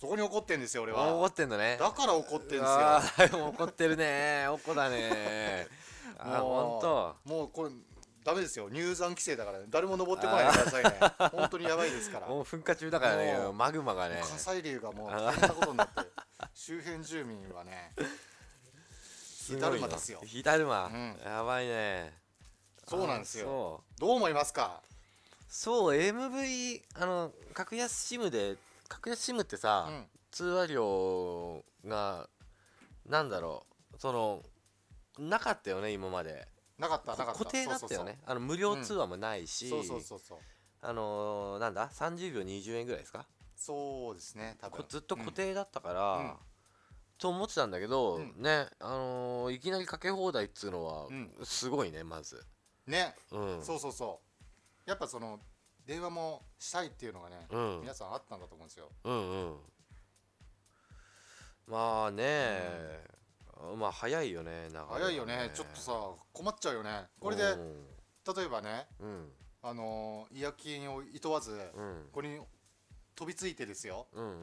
[SPEAKER 4] そこに怒ってんですよ俺
[SPEAKER 3] 怒
[SPEAKER 4] は
[SPEAKER 3] ってんのね
[SPEAKER 4] だから怒ってんですよ
[SPEAKER 3] あーもう怒ってるねおこだねあー
[SPEAKER 4] もう
[SPEAKER 3] ほんと
[SPEAKER 4] もうこれダメですよ入山規制だから、ね、誰も登ってこないでく
[SPEAKER 3] [laughs]
[SPEAKER 4] ださいね本当にやばいですから
[SPEAKER 3] もう噴火中だからね
[SPEAKER 4] もう
[SPEAKER 3] マグマがね
[SPEAKER 4] 火砕流がもう大変なことになってる周辺住民はね
[SPEAKER 3] す
[SPEAKER 4] 火だるまですよ
[SPEAKER 3] 火だるま、
[SPEAKER 4] うん
[SPEAKER 3] やばいね
[SPEAKER 4] そうなんですよ
[SPEAKER 3] よ
[SPEAKER 4] どう思いますか
[SPEAKER 3] そうそう MV あの格安 SIM で格安 SIM ってさ、
[SPEAKER 4] うん
[SPEAKER 3] 通話料がなんだろうそのなかったよね今まで
[SPEAKER 4] なかったなかった
[SPEAKER 3] 固定だったよねあの無料通話もないし、
[SPEAKER 4] そうそうそうそうそうそう
[SPEAKER 3] あのーなんだ30秒20円ぐらいですか
[SPEAKER 4] そうですね多分
[SPEAKER 3] こずっと固
[SPEAKER 4] うん
[SPEAKER 3] 定だったから、
[SPEAKER 4] うん
[SPEAKER 3] と思ってたんだけど、
[SPEAKER 4] うん
[SPEAKER 3] ねあのーいきなりかけ放題っつうのは
[SPEAKER 4] うん
[SPEAKER 3] すごいねまず
[SPEAKER 4] ね
[SPEAKER 3] うん
[SPEAKER 4] そうそうそうやっぱその電話もしたいっていうのがね
[SPEAKER 3] うん
[SPEAKER 4] 皆さんあったんだと思うんですよ
[SPEAKER 3] うんうんまあね、まあ早いよね流れが
[SPEAKER 4] 早いよねちょっとさ困っちゃうよねこれで
[SPEAKER 3] うん
[SPEAKER 4] 例えばね
[SPEAKER 3] うん
[SPEAKER 4] あのー違約金をいとわず
[SPEAKER 3] うん
[SPEAKER 4] ここに飛びついてですよ
[SPEAKER 3] うんうん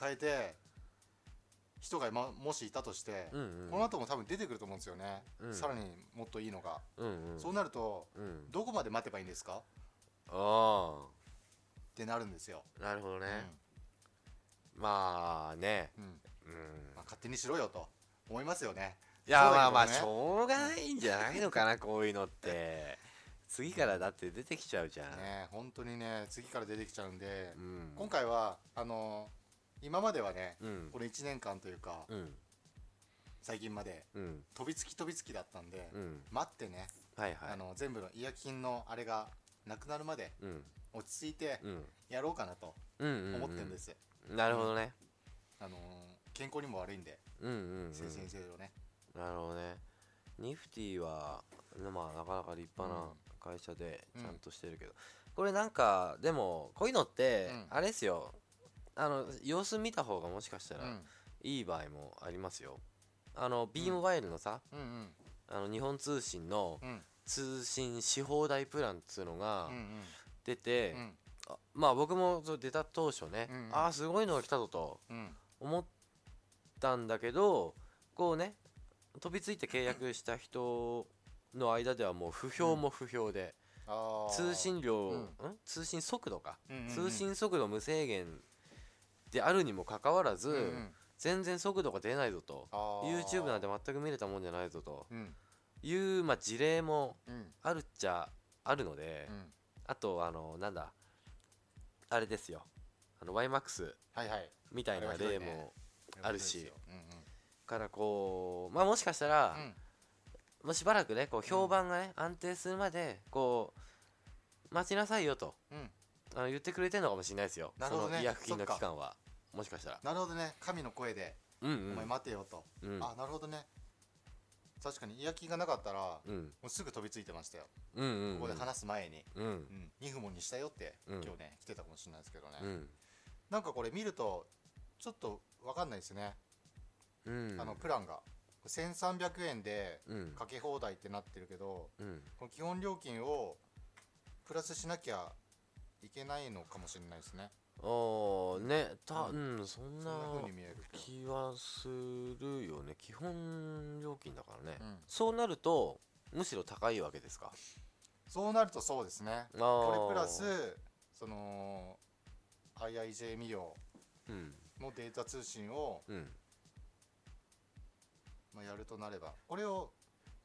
[SPEAKER 4] 変えて人が、ま、もしいたとして、
[SPEAKER 3] うんうん
[SPEAKER 4] この後も多分出てくると思うんですよね、
[SPEAKER 3] うん
[SPEAKER 4] さらにもっといいのが、
[SPEAKER 3] うんうん
[SPEAKER 4] そうなると
[SPEAKER 3] うん
[SPEAKER 4] どこまで待てばいいんですか
[SPEAKER 3] あ
[SPEAKER 4] ってなるんですよ、
[SPEAKER 3] あなるほどね
[SPEAKER 4] うん、
[SPEAKER 3] まあね
[SPEAKER 4] うん
[SPEAKER 3] うん
[SPEAKER 4] まあ、勝手にしろよと思いますよね
[SPEAKER 3] いや
[SPEAKER 4] そうだ
[SPEAKER 3] ま
[SPEAKER 4] け
[SPEAKER 3] あ
[SPEAKER 4] ど
[SPEAKER 3] まあしょ
[SPEAKER 4] ね
[SPEAKER 3] うがないんじゃないのかなこういうのって次からだって出てきちゃうじゃん、
[SPEAKER 4] ね本当にね次から出てきちゃうんで
[SPEAKER 3] う、ん
[SPEAKER 4] 今回はあのー今まではね、
[SPEAKER 3] うん
[SPEAKER 4] この1年間というか、
[SPEAKER 3] うん
[SPEAKER 4] 最近まで
[SPEAKER 3] うん
[SPEAKER 4] 飛びつき飛びつきだったんで、
[SPEAKER 3] うん
[SPEAKER 4] 待ってね、
[SPEAKER 3] はいはい
[SPEAKER 4] あの全部の違約金のあれがなくなるまで
[SPEAKER 3] うん
[SPEAKER 4] 落ち着いて
[SPEAKER 3] うん
[SPEAKER 4] やろうかなと
[SPEAKER 3] うんうん
[SPEAKER 4] 思ってるんです、
[SPEAKER 3] うんなるほどね
[SPEAKER 4] あのー健康にも悪いんで
[SPEAKER 3] うんうんうん
[SPEAKER 4] 精神性をね、
[SPEAKER 3] なるほどねニフティはまあなかなか立派な会社で
[SPEAKER 4] うん
[SPEAKER 3] ちゃんとしてるけど、これなんかでもこういうのって
[SPEAKER 4] うん
[SPEAKER 3] あれですよ、あの様子見た方がもしかしたら
[SPEAKER 4] うん
[SPEAKER 3] いい場合もありますよあの B モバイルのさ、
[SPEAKER 4] うんうん
[SPEAKER 3] あの日本通信の
[SPEAKER 4] うん
[SPEAKER 3] 通信し放題プランっつうのが
[SPEAKER 4] うん
[SPEAKER 3] 出て、
[SPEAKER 4] うん
[SPEAKER 3] あまあ僕もそう出た当初ね、
[SPEAKER 4] うんうん
[SPEAKER 3] ああすごいのが来たぞと
[SPEAKER 4] うん
[SPEAKER 3] 思ったんだけどこうね飛びついて契約した人の間ではもう不評も不評で、
[SPEAKER 4] あー
[SPEAKER 3] 通信量、
[SPEAKER 4] うん
[SPEAKER 3] ん、通信速度か、
[SPEAKER 4] うんうんうん
[SPEAKER 3] 通信速度無制限であるにもかかわらず、
[SPEAKER 4] うんうん
[SPEAKER 3] 全然速度が出ないぞと
[SPEAKER 4] あー
[SPEAKER 3] YouTube なんて全く見れたもんじゃないぞと
[SPEAKER 4] うん
[SPEAKER 3] いう、まあ、事例も
[SPEAKER 4] うん
[SPEAKER 3] あるっちゃあるので、
[SPEAKER 4] うん
[SPEAKER 3] あとあのなんだあれですよあの YMAX
[SPEAKER 4] はいはい
[SPEAKER 3] みたいな
[SPEAKER 4] あれはひど
[SPEAKER 3] 例
[SPEAKER 4] いね
[SPEAKER 3] もあるし
[SPEAKER 4] うんうん
[SPEAKER 3] からこうまあもしかしたら、
[SPEAKER 4] うん
[SPEAKER 3] もうしばらくねこう評判がね、安定するまでこう待ちなさいよと
[SPEAKER 4] うん
[SPEAKER 3] あの言ってくれてるのかもしれないですよ
[SPEAKER 4] なるほどね
[SPEAKER 3] その違約金の
[SPEAKER 4] そっか
[SPEAKER 3] 期間はもしかしたら
[SPEAKER 4] なるほどね神の声で
[SPEAKER 3] うん
[SPEAKER 4] 「お前待てよ」と
[SPEAKER 3] うんうん
[SPEAKER 4] あなるほどね確かに嫌気がなかったらも
[SPEAKER 3] うん
[SPEAKER 4] うすぐ飛びついてましたよ
[SPEAKER 3] うんうん
[SPEAKER 4] ここで話す前に
[SPEAKER 3] うん
[SPEAKER 4] うん2分もにしたよって
[SPEAKER 3] う
[SPEAKER 4] 今
[SPEAKER 3] ん
[SPEAKER 4] 日ね来てたかもしれないですけど
[SPEAKER 3] う
[SPEAKER 4] ね
[SPEAKER 3] ん
[SPEAKER 4] なんかこれ見るとちょっと分かんないですね
[SPEAKER 3] うん
[SPEAKER 4] あのプランが1300円で
[SPEAKER 3] うん
[SPEAKER 4] かけ放題ってなってるけど
[SPEAKER 3] うん
[SPEAKER 4] この基本料金をプラスしなきゃいけないのかもしれないですね
[SPEAKER 3] おーねたうんそん
[SPEAKER 4] そ
[SPEAKER 3] なん
[SPEAKER 4] な風に見えると
[SPEAKER 3] 気はするよね基本料金だからね、
[SPEAKER 4] うん
[SPEAKER 3] そうなるとむしろ高いわけですか
[SPEAKER 4] そうなるとそうですね
[SPEAKER 3] あ
[SPEAKER 4] これプラ
[SPEAKER 3] ー
[SPEAKER 4] スその IIJ 未用
[SPEAKER 3] うん
[SPEAKER 4] のデータ通信を、
[SPEAKER 3] うん
[SPEAKER 4] まあ、やるとなればこれを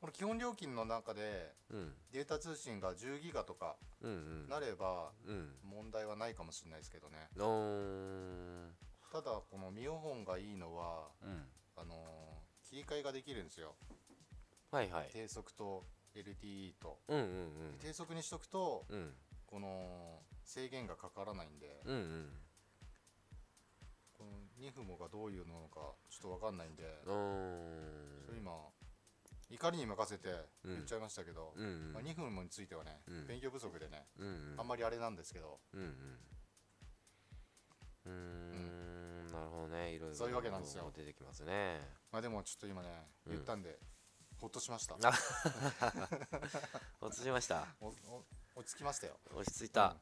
[SPEAKER 4] この基本料金の中で
[SPEAKER 3] うん
[SPEAKER 4] データ通信が10ギガとか
[SPEAKER 3] うんうん
[SPEAKER 4] なれば
[SPEAKER 3] うん
[SPEAKER 4] 問題はないかもしれないですけどね
[SPEAKER 3] おー
[SPEAKER 4] ただこのミオホンがいいのは
[SPEAKER 3] うん
[SPEAKER 4] あのー切り替えができるんですよ
[SPEAKER 3] はいはい
[SPEAKER 4] 低速と LTE と
[SPEAKER 3] うんうん
[SPEAKER 4] 低速にしとくと
[SPEAKER 3] うんうん
[SPEAKER 4] この制限がかからないんで
[SPEAKER 3] うんうん
[SPEAKER 4] このニフモがどういうのかちょっと分かんないんで
[SPEAKER 3] おー
[SPEAKER 4] それ今怒りに任せて
[SPEAKER 3] うん
[SPEAKER 4] 言っちゃいましたけど、
[SPEAKER 3] うんうん
[SPEAKER 4] まあ、2分もについてはね、
[SPEAKER 3] うん
[SPEAKER 4] 勉強不足でね、
[SPEAKER 3] うんうん
[SPEAKER 4] あんまりあれなんですけど、
[SPEAKER 3] うんうんうーんなるほどねいろいろ
[SPEAKER 4] そういうわけなんですよ
[SPEAKER 3] 出てきますね
[SPEAKER 4] まあでもちょっと今ね
[SPEAKER 3] うん
[SPEAKER 4] 言ったんで、ほっとしました
[SPEAKER 3] あ落ちました
[SPEAKER 4] おお落ち着きましたよ
[SPEAKER 3] 落ち着いた、
[SPEAKER 4] うん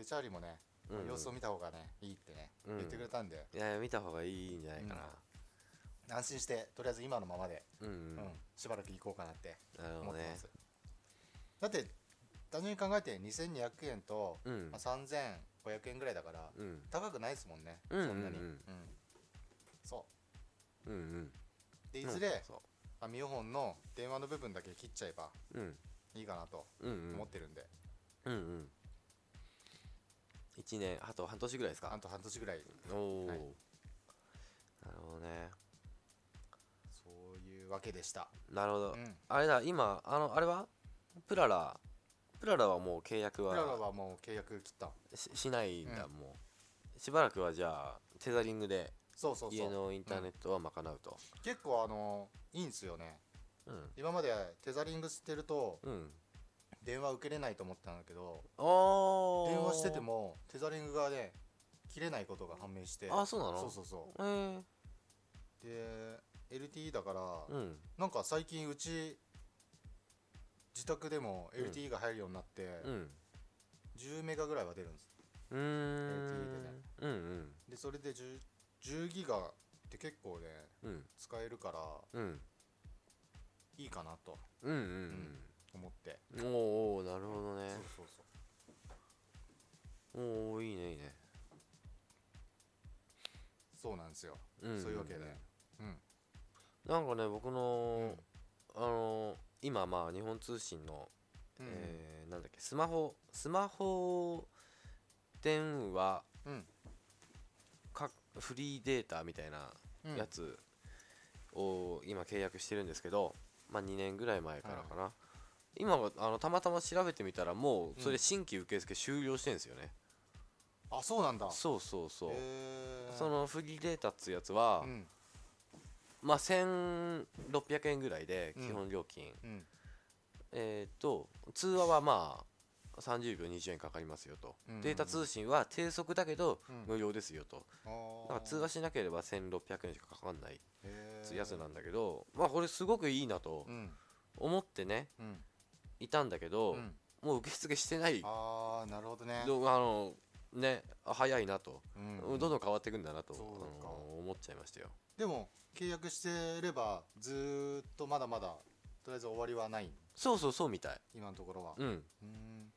[SPEAKER 4] でチャーリーもね、
[SPEAKER 3] うんうん
[SPEAKER 4] 様子を見た方がねいいってね、
[SPEAKER 3] うん
[SPEAKER 4] 言ってくれたんで
[SPEAKER 3] いやいや見た方がいいんじゃないかな、
[SPEAKER 4] 安心してとりあえず今のままで、
[SPEAKER 3] うんう
[SPEAKER 4] うんんしばらく行こうかなって
[SPEAKER 3] なるほ
[SPEAKER 4] 思
[SPEAKER 3] ど
[SPEAKER 4] って
[SPEAKER 3] ね
[SPEAKER 4] ます、だって単純に考えて2200円と、
[SPEAKER 3] うん
[SPEAKER 4] まあ、3500円ぐらいだから、
[SPEAKER 3] うん
[SPEAKER 4] 高くないですもんね、
[SPEAKER 3] うん
[SPEAKER 4] そんなに、
[SPEAKER 3] うんうん
[SPEAKER 4] そ
[SPEAKER 3] うんうん
[SPEAKER 4] うでい
[SPEAKER 3] うん
[SPEAKER 4] ずれ、
[SPEAKER 3] そ
[SPEAKER 4] あミオホンの電話の部分だけ切っちゃえば
[SPEAKER 3] ううん
[SPEAKER 4] いいかなと
[SPEAKER 3] うんうん
[SPEAKER 4] 思ってるんで、
[SPEAKER 3] うんうん1年あと半年ぐらいです
[SPEAKER 4] あ
[SPEAKER 3] か
[SPEAKER 4] と半年ぐらい
[SPEAKER 3] おおー、
[SPEAKER 4] はい
[SPEAKER 3] なるほどね
[SPEAKER 4] そういうわけでした、
[SPEAKER 3] なるほど、
[SPEAKER 4] うん、
[SPEAKER 3] あれだ今あのあれはプララプララはもう契約
[SPEAKER 4] プララ
[SPEAKER 3] は
[SPEAKER 4] はもう契約切った
[SPEAKER 3] ししないんだ、
[SPEAKER 4] う
[SPEAKER 3] もうしばらくはじゃあテザリングで
[SPEAKER 4] そうそうそ
[SPEAKER 3] 家
[SPEAKER 4] う
[SPEAKER 3] のインターネットは賄うと
[SPEAKER 4] 結構あのいいんですよね
[SPEAKER 3] うん
[SPEAKER 4] 今までテザリングしてると
[SPEAKER 3] うん
[SPEAKER 4] 電話受けれないと思ってたんだけど
[SPEAKER 3] お
[SPEAKER 4] 電話しててもテザリングがね切れないことが判明して
[SPEAKER 3] あそうなの
[SPEAKER 4] そうそうそ
[SPEAKER 3] えー、
[SPEAKER 4] うで LTE だから、
[SPEAKER 3] うん
[SPEAKER 4] なんか最近うち自宅でも LTE が入るようになって、
[SPEAKER 3] うん
[SPEAKER 4] 10メガぐらいは出るんです
[SPEAKER 3] うーん
[SPEAKER 4] LTE でね
[SPEAKER 3] うんうん
[SPEAKER 4] でそれで 10, 10ギガって結構ね
[SPEAKER 3] うん
[SPEAKER 4] 使えるか
[SPEAKER 3] う
[SPEAKER 4] ら
[SPEAKER 3] ん
[SPEAKER 4] いいかなと
[SPEAKER 3] うんうん
[SPEAKER 4] 思って、
[SPEAKER 3] うんおーおーなるほどね
[SPEAKER 4] そうそうそう
[SPEAKER 3] おおいいねいいね
[SPEAKER 4] そうなんですよ、
[SPEAKER 3] うんうんうん
[SPEAKER 4] そういうわけで、うん、
[SPEAKER 3] なんかね僕の、あの今まあ日本通信の、
[SPEAKER 4] うん
[SPEAKER 3] えーなんだっけスマホスマホ電話
[SPEAKER 4] うん
[SPEAKER 3] かフリーデータみたいな
[SPEAKER 4] うん
[SPEAKER 3] やつを今契約してるんですけど、まあ2年ぐらい前からかな、今はあのたまたま調べてみたらもうそれ新規受付終了してんですよね、
[SPEAKER 4] あそうなんだ
[SPEAKER 3] そうそうそう、
[SPEAKER 4] へー
[SPEAKER 3] そのフリーデータっつうやつは、
[SPEAKER 4] うん
[SPEAKER 3] まあ1600円ぐらいで
[SPEAKER 4] うん
[SPEAKER 3] 基本料金、
[SPEAKER 4] うん
[SPEAKER 3] えーっと通話はまあ30秒20円かかりますよと、
[SPEAKER 4] うん
[SPEAKER 3] データ通信は低速だけど
[SPEAKER 4] うん
[SPEAKER 3] 無料ですよと、だから通話しなければ1600円しかかかんないやつなんんだけど、まあこれすごくいいなと
[SPEAKER 4] うん
[SPEAKER 3] 思ってね
[SPEAKER 4] うん
[SPEAKER 3] いたんだけど、
[SPEAKER 4] うん
[SPEAKER 3] もう受付してない
[SPEAKER 4] ああなるほどね
[SPEAKER 3] どあのねあ早いなと、
[SPEAKER 4] うん
[SPEAKER 3] どんどん変わっていくんだなと
[SPEAKER 4] そう
[SPEAKER 3] あ
[SPEAKER 4] か
[SPEAKER 3] の思っちゃいましたよ
[SPEAKER 4] でも契約してればずーっとまだまだとりあえず終わりはない
[SPEAKER 3] そうそうそうみたい
[SPEAKER 4] 今のところは
[SPEAKER 3] うん
[SPEAKER 4] うん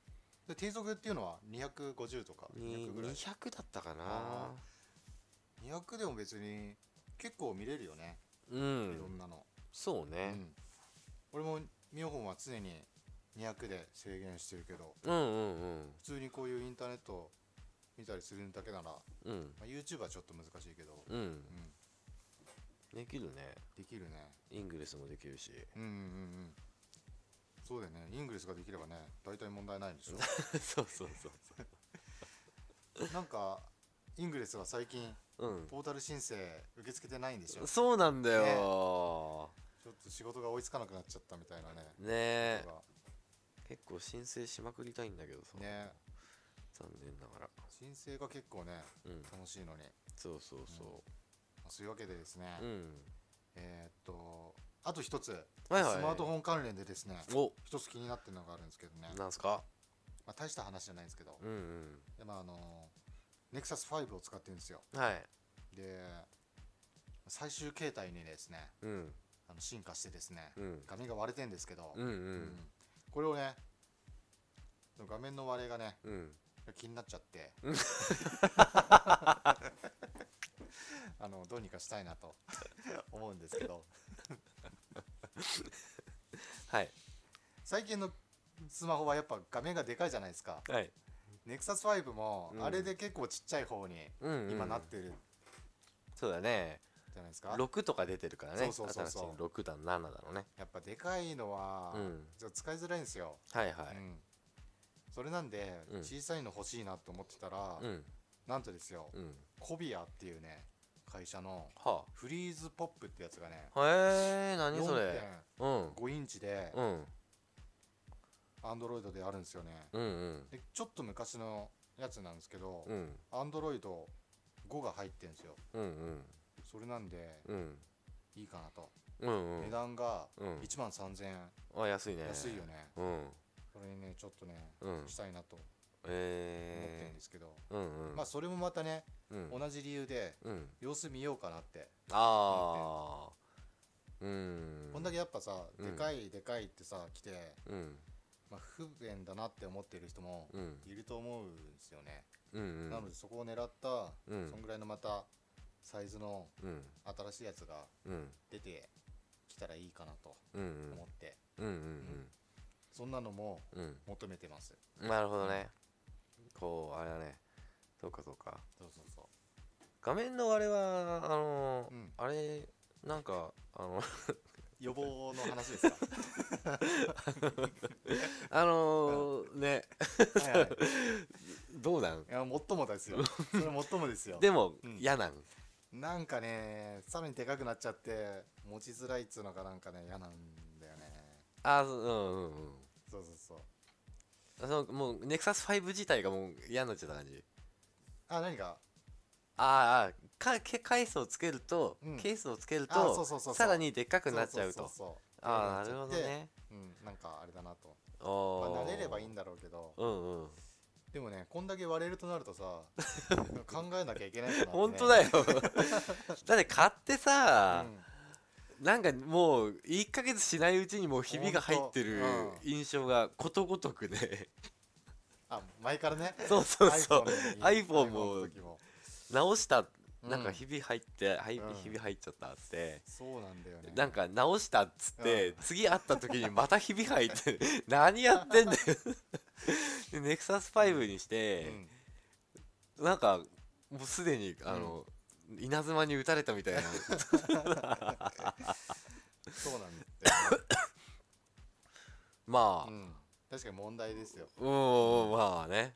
[SPEAKER 4] で低速っていうのは250とか
[SPEAKER 3] に
[SPEAKER 4] 200ぐらい
[SPEAKER 3] 200だったかな
[SPEAKER 4] あ200でも別に結構見れるよね
[SPEAKER 3] う
[SPEAKER 4] い
[SPEAKER 3] ん
[SPEAKER 4] ろんなの
[SPEAKER 3] そう
[SPEAKER 4] う
[SPEAKER 3] ね、
[SPEAKER 4] ん俺もミオホンは常に200で制限してるけど
[SPEAKER 3] うんうんうん
[SPEAKER 4] 普通にこういうインターネット見たりするだけなら、ま
[SPEAKER 3] うん
[SPEAKER 4] あ、YouTube はちょっと難しいけど、
[SPEAKER 3] うん
[SPEAKER 4] うん、
[SPEAKER 3] できるね
[SPEAKER 4] できるね
[SPEAKER 3] イングレスもできるし
[SPEAKER 4] うんうんうんうんそうだよねイングリスができればね大体問題ないんでしょ
[SPEAKER 3] [laughs] そうそうそう
[SPEAKER 4] なんかイングリスは最近
[SPEAKER 3] そううん
[SPEAKER 4] ポータル申請受け付けてないんでしょち
[SPEAKER 3] そうなんだよ
[SPEAKER 4] ょっと仕事が追いつかなくなっちゃったみたいなね
[SPEAKER 3] ねえ
[SPEAKER 4] こ
[SPEAKER 3] 結構申請しまくりたいんだけどさ
[SPEAKER 4] とがね
[SPEAKER 3] 残念ながら
[SPEAKER 4] 申請が結構ね
[SPEAKER 3] うん
[SPEAKER 4] 楽しいのに、ま
[SPEAKER 3] そうそうそ
[SPEAKER 4] あそういうわけでですね、
[SPEAKER 3] ううん
[SPEAKER 4] えーっとあと一つ、
[SPEAKER 3] はいはい
[SPEAKER 4] スマートフォン関連でですね
[SPEAKER 3] お
[SPEAKER 4] 一つ気になってるのがあるんですけどね、ま
[SPEAKER 3] なんすか
[SPEAKER 4] あ、大した話じゃないんですけど、
[SPEAKER 3] うんうん
[SPEAKER 4] でまああのネクサス5を使ってるんですよ
[SPEAKER 3] はい
[SPEAKER 4] で最終形態にですね
[SPEAKER 3] うん
[SPEAKER 4] あの進化してですね、
[SPEAKER 3] うん
[SPEAKER 4] 画面が割れてんですけど、
[SPEAKER 3] うん
[SPEAKER 4] うんこれをね画面の割れがね
[SPEAKER 3] うんうん
[SPEAKER 4] 気になっちゃって
[SPEAKER 3] [laughs]
[SPEAKER 4] あのどうにかしたいなと思うんですけど
[SPEAKER 3] はい
[SPEAKER 4] 最近のスマホはやっぱ画面がでかいじゃないですか
[SPEAKER 3] はい
[SPEAKER 4] ネクサス5も
[SPEAKER 3] うん
[SPEAKER 4] あれで結構ちっちゃい方に
[SPEAKER 3] うんうん
[SPEAKER 4] 今なってる
[SPEAKER 3] そうだね
[SPEAKER 4] じゃないですか、
[SPEAKER 3] 6とか出てるからね
[SPEAKER 4] そうそうそうそう
[SPEAKER 3] 新しい6だ7だろうね
[SPEAKER 4] やっぱでかいのは、
[SPEAKER 3] うん
[SPEAKER 4] じゃあ使いづらいんですよ、
[SPEAKER 3] はいは
[SPEAKER 4] う
[SPEAKER 3] い
[SPEAKER 4] んそれなんで
[SPEAKER 3] うん
[SPEAKER 4] 小さいの欲しいなと思ってたら、
[SPEAKER 3] うん
[SPEAKER 4] なんとですよ、
[SPEAKER 3] うん
[SPEAKER 4] コビアっていうね会社の
[SPEAKER 3] は
[SPEAKER 4] フリーズポップってやつがね
[SPEAKER 3] あへえ何それうん
[SPEAKER 4] 4.5インチで
[SPEAKER 3] うん
[SPEAKER 4] アンドロイドであるんですよね、
[SPEAKER 3] うんうん
[SPEAKER 4] でちょっと昔のやつなんですけど
[SPEAKER 3] うん
[SPEAKER 4] アンドロイド5が入ってるんですよ
[SPEAKER 3] うんうん
[SPEAKER 4] それなんで
[SPEAKER 3] うん
[SPEAKER 4] いいかなと、
[SPEAKER 3] うん
[SPEAKER 4] 値段が
[SPEAKER 3] うん
[SPEAKER 4] 1万3000円、
[SPEAKER 3] うんあ安いね
[SPEAKER 4] 安いよね
[SPEAKER 3] うん
[SPEAKER 4] それにねちょっとね、
[SPEAKER 3] うん
[SPEAKER 4] したいなと思ってるん
[SPEAKER 3] え
[SPEAKER 4] ですけど、
[SPEAKER 3] えうんうん
[SPEAKER 4] まあそれもまたね、
[SPEAKER 3] うん
[SPEAKER 4] 同じ理由で
[SPEAKER 3] うん
[SPEAKER 4] 様子見ようかなって、
[SPEAKER 3] ああうん
[SPEAKER 4] こんだけやっぱさ
[SPEAKER 3] うん
[SPEAKER 4] でかいでかいってさ来て、
[SPEAKER 3] うん
[SPEAKER 4] まあ、不便だなって思ってる人も
[SPEAKER 3] うん
[SPEAKER 4] いると思うんですよね、
[SPEAKER 3] うんうん
[SPEAKER 4] なのでそこを狙った、
[SPEAKER 3] うん
[SPEAKER 4] そんぐらいのまたサイズの
[SPEAKER 3] うん
[SPEAKER 4] 新しいやつが
[SPEAKER 3] うん
[SPEAKER 4] 出てきたらいいかなと
[SPEAKER 3] うんうん
[SPEAKER 4] 思って、
[SPEAKER 3] うんうん
[SPEAKER 4] そんなのも
[SPEAKER 3] うん
[SPEAKER 4] 求めてます
[SPEAKER 3] うんなるほどねこうあれだねそうかそうか
[SPEAKER 4] そうそうそ
[SPEAKER 3] 画面のあれはあのー
[SPEAKER 4] うん
[SPEAKER 3] あれなんかあ
[SPEAKER 4] [laughs]
[SPEAKER 3] の
[SPEAKER 4] う予防の話
[SPEAKER 3] [laughs]
[SPEAKER 4] ですか
[SPEAKER 3] あのーね
[SPEAKER 4] はい、はい、
[SPEAKER 3] どうなん
[SPEAKER 4] いやもっともですよそれもっともですよ
[SPEAKER 3] [laughs] でも
[SPEAKER 4] うん
[SPEAKER 3] 嫌なん
[SPEAKER 4] なんかねさらにでかくなっちゃって持ちづらいっつうのがなんかね嫌なんだよね
[SPEAKER 3] あそううんうんうん
[SPEAKER 4] そうそうそう
[SPEAKER 3] そのもうネクサス5自体がもう嫌になっちゃった感じ
[SPEAKER 4] あ何か
[SPEAKER 3] あーあーかけケースをつけると、
[SPEAKER 4] うん
[SPEAKER 3] ケースをつける
[SPEAKER 4] あーそう
[SPEAKER 3] と
[SPEAKER 4] そうそうそう
[SPEAKER 3] さらにでっかくなっちゃうと
[SPEAKER 4] そそそそ
[SPEAKER 3] ああな
[SPEAKER 4] で
[SPEAKER 3] る
[SPEAKER 4] か
[SPEAKER 3] ほ
[SPEAKER 4] く
[SPEAKER 3] ど
[SPEAKER 4] っちゃって
[SPEAKER 3] ね
[SPEAKER 4] うんなんかあれだなとま
[SPEAKER 3] お
[SPEAKER 4] あ
[SPEAKER 3] ー
[SPEAKER 4] 慣れればいいんだろうけど
[SPEAKER 3] うんうん
[SPEAKER 4] でもねこんだけ割れるとなる
[SPEAKER 3] [laughs]
[SPEAKER 4] とさ考えなきゃいけないかなってね
[SPEAKER 3] 本当だ
[SPEAKER 4] [laughs]
[SPEAKER 3] よだって買ってさ
[SPEAKER 4] う、ん
[SPEAKER 3] なんかもう1ヶ月しないうちにもうひびが入ってる
[SPEAKER 4] ほんとうん
[SPEAKER 3] 印象がことごとく
[SPEAKER 4] [laughs]
[SPEAKER 3] ね
[SPEAKER 4] あ前からね
[SPEAKER 3] そうそうそう iPhone
[SPEAKER 4] iPhone
[SPEAKER 3] も
[SPEAKER 4] の時も
[SPEAKER 3] 直したなん
[SPEAKER 4] う
[SPEAKER 3] か
[SPEAKER 4] ん
[SPEAKER 3] ひび入って、はい
[SPEAKER 4] うん
[SPEAKER 3] ひび入っちゃったって
[SPEAKER 4] そうなんだよね
[SPEAKER 3] なんか直したっつって、
[SPEAKER 4] うん
[SPEAKER 3] 次会った時にまたひび入って [laughs] 何やってんだよ [laughs] でネクサス5にし
[SPEAKER 4] う
[SPEAKER 3] て、
[SPEAKER 4] ん
[SPEAKER 3] なんかもうすでにあの、稲妻に打たれたみ
[SPEAKER 4] [laughs]
[SPEAKER 3] たいな
[SPEAKER 4] そう
[SPEAKER 3] [laughs]
[SPEAKER 4] なんだよね
[SPEAKER 3] まあ、
[SPEAKER 4] うん確かに問題ですよ
[SPEAKER 3] うん、まあね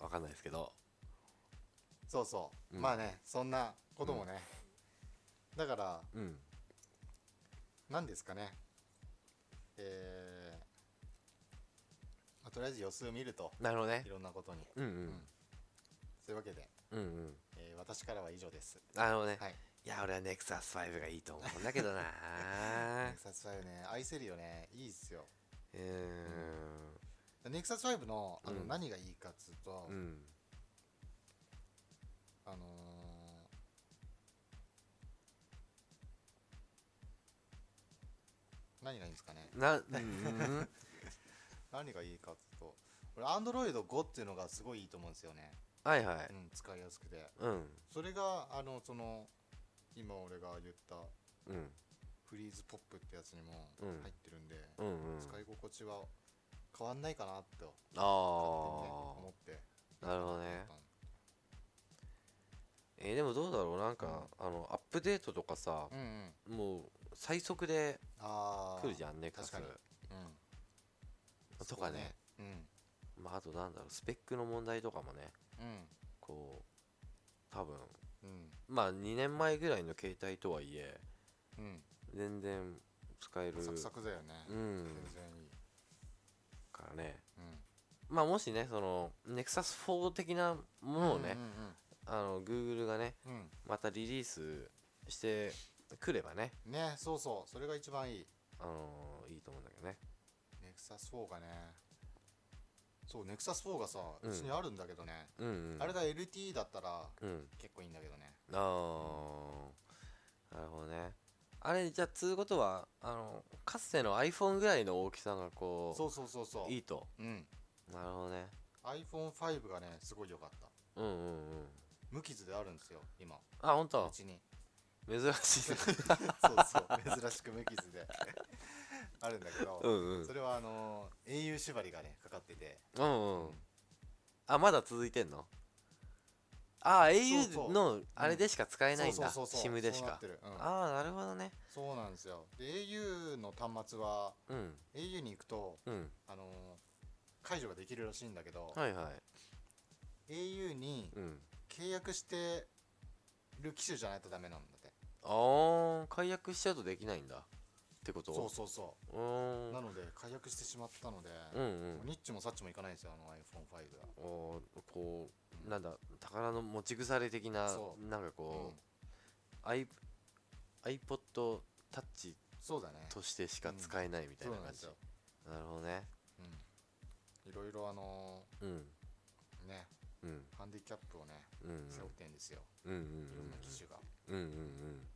[SPEAKER 3] わかんないですけど
[SPEAKER 4] そうそう
[SPEAKER 3] うん
[SPEAKER 4] まあねそんなこともねだから
[SPEAKER 3] うん
[SPEAKER 4] 何ですかねえーとりあえず予数見ると
[SPEAKER 3] なるほどね
[SPEAKER 4] いろんなことに
[SPEAKER 3] うん
[SPEAKER 4] そういうわけで、
[SPEAKER 3] うんうんうん
[SPEAKER 4] えー私からは以上です
[SPEAKER 3] あのね、
[SPEAKER 4] はいい、
[SPEAKER 3] や俺はネクサス5がいいと思うんだ
[SPEAKER 4] [laughs]
[SPEAKER 3] けどな
[SPEAKER 4] ネクサス5ね愛せるよねいいっすよ
[SPEAKER 3] うー
[SPEAKER 4] ネクサス5のあの
[SPEAKER 3] うん
[SPEAKER 4] 何がいいかっつうと、
[SPEAKER 3] んうん
[SPEAKER 4] あのー何がいいんですかね
[SPEAKER 3] な、うんうん、
[SPEAKER 4] 何がいいかっつうと俺アンドロイド5っていうのがすごいいいと思うんですよね、
[SPEAKER 3] はいはい
[SPEAKER 4] うん、使いやすくて
[SPEAKER 3] うん
[SPEAKER 4] それがあのその今俺が言った
[SPEAKER 3] うん
[SPEAKER 4] フリーズポップってやつにも
[SPEAKER 3] うん
[SPEAKER 4] 入ってるんで、
[SPEAKER 3] うんうん
[SPEAKER 4] 使い心地は変わんないかなと
[SPEAKER 3] あ
[SPEAKER 4] 思
[SPEAKER 3] あ
[SPEAKER 4] って
[SPEAKER 3] なるほどねえーでもどうだろうなんか、あのアップデートとかさ
[SPEAKER 4] う、んうん
[SPEAKER 3] もう最速で
[SPEAKER 4] ああ
[SPEAKER 3] 来るじゃんネクサス
[SPEAKER 4] 確かに
[SPEAKER 3] とかね
[SPEAKER 4] そうね
[SPEAKER 3] まあ、あとなんだろうスペックの問題とかもね
[SPEAKER 4] うん
[SPEAKER 3] こう多分
[SPEAKER 4] うん
[SPEAKER 3] まあ2年前ぐらいの携帯とはいえ
[SPEAKER 4] うん
[SPEAKER 3] 全然使える
[SPEAKER 4] うんサクサクだよね
[SPEAKER 3] うん
[SPEAKER 4] 全然いい
[SPEAKER 3] からね
[SPEAKER 4] うん
[SPEAKER 3] まあもしねその NEXUS4 的なものをね、あの Google がね
[SPEAKER 4] うんうんうん
[SPEAKER 3] またリリースしてくればね、
[SPEAKER 4] うんねそうそうそれが一番いい
[SPEAKER 3] あのいいと思うんだけどね
[SPEAKER 4] ネクサス4がねそうネクサス4がさ
[SPEAKER 3] うん
[SPEAKER 4] うちにあるんだけどね
[SPEAKER 3] うん、うん、
[SPEAKER 4] あれが LTE だったら
[SPEAKER 3] うん
[SPEAKER 4] 結構いいんだけどね
[SPEAKER 3] あーなるほどねあれじゃあつうことはあのかつての iPhone ぐらいの大きさがこ
[SPEAKER 4] そうそうそうそう
[SPEAKER 3] いいと
[SPEAKER 4] うん
[SPEAKER 3] なるほどね
[SPEAKER 4] iPhone5 がねすごい良かった
[SPEAKER 3] うんうんうん
[SPEAKER 4] 無傷であるんですよ今
[SPEAKER 3] あ本
[SPEAKER 4] う
[SPEAKER 3] 当
[SPEAKER 4] ちに [laughs]
[SPEAKER 3] 珍しいね
[SPEAKER 4] そうそう珍しく無傷で [laughs] あるんだけど、
[SPEAKER 3] うんうん
[SPEAKER 4] それはあのー、英雄縛りがねかかってて
[SPEAKER 3] うんうんあまだ続いてんのああ
[SPEAKER 4] そうそ
[SPEAKER 3] au
[SPEAKER 4] う
[SPEAKER 3] のあれでしか使えないんだ
[SPEAKER 4] そうそうそうそう
[SPEAKER 3] SIM でし
[SPEAKER 4] そうな
[SPEAKER 3] か
[SPEAKER 4] ってるうん
[SPEAKER 3] ああなるほどね
[SPEAKER 4] そうなんですよで au の端末は
[SPEAKER 3] うん
[SPEAKER 4] au に行くと
[SPEAKER 3] うん
[SPEAKER 4] あのー解除ができるらしいんだけど、
[SPEAKER 3] はいはい
[SPEAKER 4] au に
[SPEAKER 3] うん
[SPEAKER 4] 契約してる機種じゃないとダメなんだって
[SPEAKER 3] ああ解約しちゃうとできないんだってこと
[SPEAKER 4] そうそうそう
[SPEAKER 3] ー
[SPEAKER 4] うんなので解約してしまったので、
[SPEAKER 3] うんうん
[SPEAKER 4] ニッチもサッチもいかないんですよあの iPhone5 が
[SPEAKER 3] おーこうなんだ宝の持ち腐れ的な
[SPEAKER 4] そ
[SPEAKER 3] なんか
[SPEAKER 4] うん
[SPEAKER 3] こう、アイ iPod タッチ
[SPEAKER 4] そうだね
[SPEAKER 3] としてしか使えないみたい
[SPEAKER 4] そう
[SPEAKER 3] な
[SPEAKER 4] なん
[SPEAKER 3] 感
[SPEAKER 4] です
[SPEAKER 3] じ、
[SPEAKER 4] よ、
[SPEAKER 3] なるほどね
[SPEAKER 4] うん、いろいろあの
[SPEAKER 3] うん
[SPEAKER 4] ーね
[SPEAKER 3] うん
[SPEAKER 4] ハンディキャップをね
[SPEAKER 3] うん
[SPEAKER 4] 背負ってんですよ、
[SPEAKER 3] うんうんうん
[SPEAKER 4] いろんな機種が、
[SPEAKER 3] うんうんうん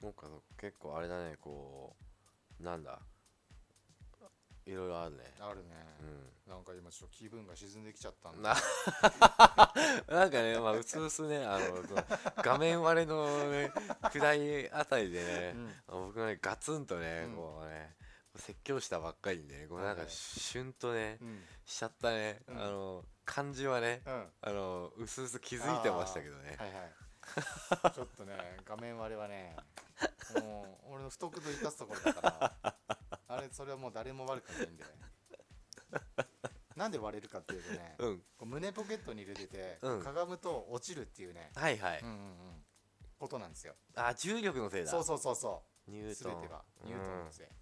[SPEAKER 3] なんか結構あれだねこうなんだいろいろあるね
[SPEAKER 4] あるね、
[SPEAKER 3] う
[SPEAKER 4] なんか今ちょっと気分が沈んできちゃったん
[SPEAKER 3] ん
[SPEAKER 4] で
[SPEAKER 3] な [laughs] なんかねまあうすうすねあのその画面割れの、ね、暗いあたりでね、
[SPEAKER 4] うん
[SPEAKER 3] あ僕がねガツンとね、
[SPEAKER 4] うん
[SPEAKER 3] こうね説教したばっかりにねこうなんか
[SPEAKER 4] はい
[SPEAKER 3] シュンとね、
[SPEAKER 4] うん、
[SPEAKER 3] しちゃったね、
[SPEAKER 4] うん
[SPEAKER 3] あの感じはね、
[SPEAKER 4] うん
[SPEAKER 3] あのうすうす気づいてましたけどね
[SPEAKER 4] はいは
[SPEAKER 3] [laughs]
[SPEAKER 4] いちょっとね画面割れはねもう俺の不徳の生かすところ
[SPEAKER 3] [laughs]
[SPEAKER 4] だからあれそれはもう誰も悪くないんでなんで割れるかっていうとね、
[SPEAKER 3] うん
[SPEAKER 4] こう胸ポケットに入れてて、
[SPEAKER 3] うん
[SPEAKER 4] かがむと落ちるっていうね、
[SPEAKER 3] はいはい、
[SPEAKER 4] うんうんうん、ことなんですよ
[SPEAKER 3] あ重力のせいだ
[SPEAKER 4] そうそうそうそ
[SPEAKER 3] ニ
[SPEAKER 4] う
[SPEAKER 3] ュー
[SPEAKER 4] 全
[SPEAKER 3] ト
[SPEAKER 4] て
[SPEAKER 3] ン
[SPEAKER 4] はニュートンのせい、うん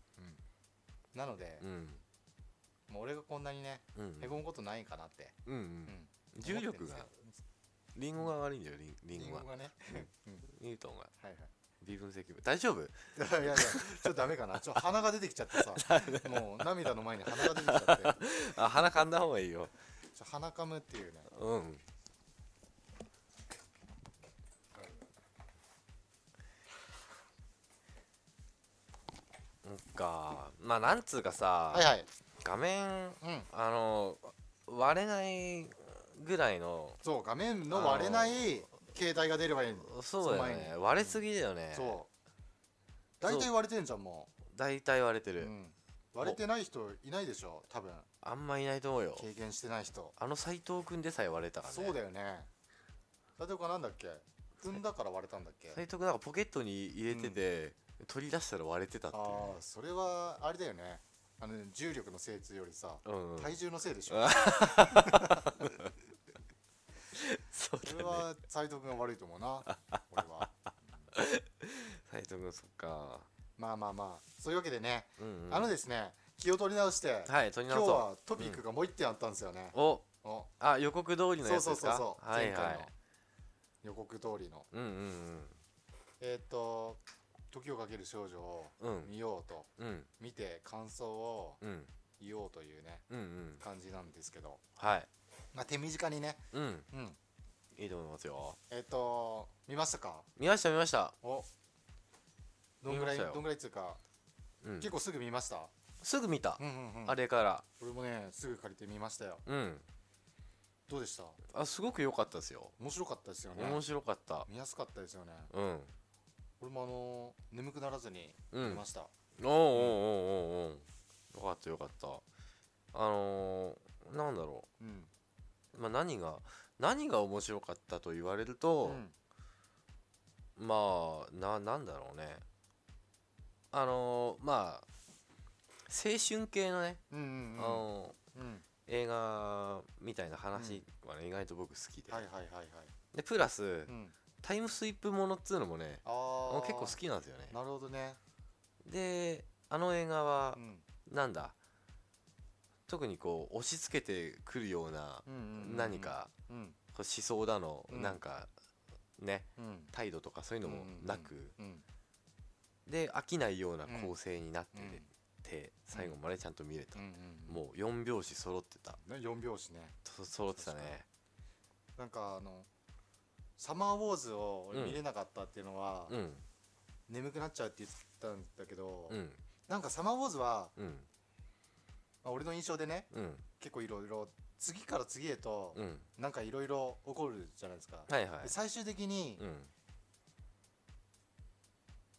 [SPEAKER 4] なので、
[SPEAKER 3] うん
[SPEAKER 4] もう俺がこんなにね
[SPEAKER 3] うん
[SPEAKER 4] へこむことないかなって、
[SPEAKER 3] うんうん
[SPEAKER 4] うん
[SPEAKER 3] 重力が
[SPEAKER 4] 思ってるんですよ
[SPEAKER 3] リンゴが悪いんだよリンリ
[SPEAKER 4] リ
[SPEAKER 3] ン
[SPEAKER 4] ン
[SPEAKER 3] ゴ
[SPEAKER 4] ゴ
[SPEAKER 3] が
[SPEAKER 4] がね、うん
[SPEAKER 3] ニュートンが
[SPEAKER 4] はいはい
[SPEAKER 3] 微分積分大丈夫
[SPEAKER 4] いやいやいや、ちょっとダメか [laughs] な。ちょっと鼻が出てきちゃって [laughs] さ、もう涙の前に鼻が出てきちゃって、ちょっ
[SPEAKER 3] あ鼻かんだ方がいいよ
[SPEAKER 4] と鼻かむっていうね。
[SPEAKER 3] うんそっかまあなんつうかさ、
[SPEAKER 4] はいはい。
[SPEAKER 3] 画面
[SPEAKER 4] うん。
[SPEAKER 3] あの割れないぐらいの
[SPEAKER 4] そう、画面の割れない携帯が出ればいいの。
[SPEAKER 3] そうだよ
[SPEAKER 4] その
[SPEAKER 3] ね
[SPEAKER 4] 前に
[SPEAKER 3] 割れすぎだよね、
[SPEAKER 4] そう。大体割れてんじゃん、も
[SPEAKER 3] 大体割れて
[SPEAKER 4] う。う
[SPEAKER 3] る、
[SPEAKER 4] ん。割れてない人いないでしょ、多分。
[SPEAKER 3] あんまいないと思うよ
[SPEAKER 4] 経験してない人。
[SPEAKER 3] あの斎藤君でさえ割れたからね
[SPEAKER 4] そうだよね。だってかなんだっけ踏んだから割れたんだっけ
[SPEAKER 3] 斎藤君なんかポケットに入れてて、取り出したら割れてたってい
[SPEAKER 4] ああ、それはあれだよね。あのね、重力のせいっつうよりさ、
[SPEAKER 3] う、うんうん、
[SPEAKER 4] 体重のせいでしょ。
[SPEAKER 3] [laughs] そう
[SPEAKER 4] そ
[SPEAKER 3] だ
[SPEAKER 4] れ
[SPEAKER 3] ね
[SPEAKER 4] は斎藤君が悪いと思う [laughs] な俺は
[SPEAKER 3] 斎藤君そっか
[SPEAKER 4] まあまあまあそういうわけでね、
[SPEAKER 3] うんうん
[SPEAKER 4] あのですね気を取り直して、
[SPEAKER 3] はい取り
[SPEAKER 4] 今
[SPEAKER 3] 直
[SPEAKER 4] 日
[SPEAKER 3] そ
[SPEAKER 4] はトピックがもう一点あったんですよね
[SPEAKER 3] う、お
[SPEAKER 4] お
[SPEAKER 3] あ予告通りの
[SPEAKER 4] そ
[SPEAKER 3] や
[SPEAKER 4] う
[SPEAKER 3] つ
[SPEAKER 4] そう
[SPEAKER 3] です
[SPEAKER 4] そう
[SPEAKER 3] か
[SPEAKER 4] そう、
[SPEAKER 3] はい
[SPEAKER 4] 前回
[SPEAKER 3] はい
[SPEAKER 4] の予告通りの
[SPEAKER 3] うんうん
[SPEAKER 4] えっ、と「時をかける少女」を
[SPEAKER 3] うんうん
[SPEAKER 4] 見ようと
[SPEAKER 3] うん
[SPEAKER 4] 見て感想を
[SPEAKER 3] うん
[SPEAKER 4] 言おうというね
[SPEAKER 3] うんうん
[SPEAKER 4] 感じなんですけど、
[SPEAKER 3] はい
[SPEAKER 4] まあ、手短にね、
[SPEAKER 3] うん
[SPEAKER 4] うん、
[SPEAKER 3] いいと思いますよ
[SPEAKER 4] えっ、と見ましたか
[SPEAKER 3] 見ました見ました
[SPEAKER 4] おどんぐらい
[SPEAKER 3] 見ましたよ
[SPEAKER 4] どんぐらいっつうか、
[SPEAKER 3] うん
[SPEAKER 4] 結構すぐ見ました、
[SPEAKER 3] すぐ見た
[SPEAKER 4] うんうんうん、
[SPEAKER 3] あれから
[SPEAKER 4] 俺もねすぐ借りて見ましたよ
[SPEAKER 3] うん
[SPEAKER 4] どうでした
[SPEAKER 3] あすごく良かったですよ
[SPEAKER 4] 面白かったですよね
[SPEAKER 3] 面白かった
[SPEAKER 4] 見やすかったですよね
[SPEAKER 3] うん
[SPEAKER 4] 俺もあのー眠くならずに
[SPEAKER 3] う
[SPEAKER 4] 見
[SPEAKER 3] ん
[SPEAKER 4] ました、
[SPEAKER 3] おうおうおうおうおうよかったよかったあのー、なんだろ
[SPEAKER 4] うんうん
[SPEAKER 3] う、まあ、何が何が面白かったと言われると、まあななんだろうねあのー、まあ青春系のね、
[SPEAKER 4] うんうん
[SPEAKER 3] あの
[SPEAKER 4] うんうん
[SPEAKER 3] ー映画みたいな話はね、意外と僕好きで,、
[SPEAKER 4] はいはいはいはい、
[SPEAKER 3] でプラス
[SPEAKER 4] うん、
[SPEAKER 3] タイムスイップものっつうのもね
[SPEAKER 4] あー
[SPEAKER 3] 結構好きなんですよね
[SPEAKER 4] なるほどね
[SPEAKER 3] であの映画は
[SPEAKER 4] う、ん
[SPEAKER 3] なんだ特にこう押し付けてくるような
[SPEAKER 4] うんうんうん
[SPEAKER 3] 何か
[SPEAKER 4] うん
[SPEAKER 3] こう思想だの、
[SPEAKER 4] うん
[SPEAKER 3] なんかね
[SPEAKER 4] うん
[SPEAKER 3] 態度とかそういうのもなく、
[SPEAKER 4] うん
[SPEAKER 3] で飽きないような構成になって
[SPEAKER 4] うん
[SPEAKER 3] て、最後までちゃんと見れた、
[SPEAKER 4] うんうん
[SPEAKER 3] もう4拍子揃ってた
[SPEAKER 4] うね4拍子ね
[SPEAKER 3] そ揃ってたね
[SPEAKER 4] なんかあのサマーウォーズを俺見れなかったっていうのは、
[SPEAKER 3] うん
[SPEAKER 4] 眠くなっちゃうって言ったんだけど、
[SPEAKER 3] うん
[SPEAKER 4] なんかサマーウォーズは、
[SPEAKER 3] うん
[SPEAKER 4] まあ、俺の印象でね
[SPEAKER 3] うん
[SPEAKER 4] 結構いろいろ次から次へと、
[SPEAKER 3] うん
[SPEAKER 4] なんかいろいろ起こるじゃないですか、
[SPEAKER 3] はいはい
[SPEAKER 4] で最終的に、
[SPEAKER 3] うん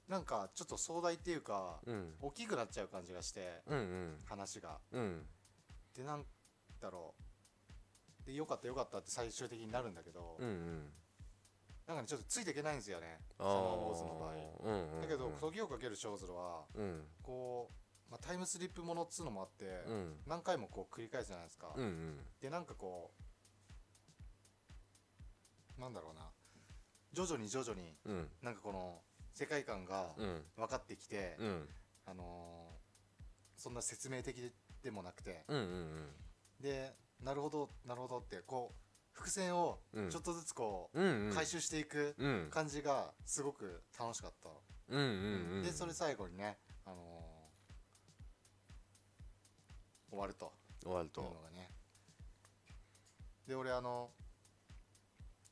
[SPEAKER 4] なんかちょっと壮大っていうか、
[SPEAKER 3] うん
[SPEAKER 4] 大きくなっちゃう感じがして
[SPEAKER 3] うんうん
[SPEAKER 4] 話が
[SPEAKER 3] うん
[SPEAKER 4] でなんだろうでよかったよかったって最終的になるんだけど、
[SPEAKER 3] うんうん
[SPEAKER 4] なんかねちょっとついていけないんですよね
[SPEAKER 3] あ
[SPEAKER 4] サマーウォーズの
[SPEAKER 3] ーうんうんう
[SPEAKER 4] 場合
[SPEAKER 3] ん
[SPEAKER 4] だけど「時をかける少女」は
[SPEAKER 3] うん
[SPEAKER 4] こう、まあ、タイムスリップものっつうのもあって、
[SPEAKER 3] うん
[SPEAKER 4] 何回もこう繰り返すじゃないですか、
[SPEAKER 3] うんうん
[SPEAKER 4] でなんかこうなんだろうな徐々に徐々に
[SPEAKER 3] うん
[SPEAKER 4] なんかこの世界観が
[SPEAKER 3] うん
[SPEAKER 4] 分かってきて、
[SPEAKER 3] うん
[SPEAKER 4] あのーそんな説明的でもなくて、
[SPEAKER 3] うんうん
[SPEAKER 4] でなるほどなるほどってこう伏線を
[SPEAKER 3] うん
[SPEAKER 4] ちょっとずつこ
[SPEAKER 3] うんうんう
[SPEAKER 4] うん回収していく
[SPEAKER 3] うん
[SPEAKER 4] 感じがすごく楽しかった、
[SPEAKER 3] うんうんうん
[SPEAKER 4] でそれ最後にね、あのー終わると
[SPEAKER 3] 終わる
[SPEAKER 4] いうの
[SPEAKER 3] と
[SPEAKER 4] がねで俺あの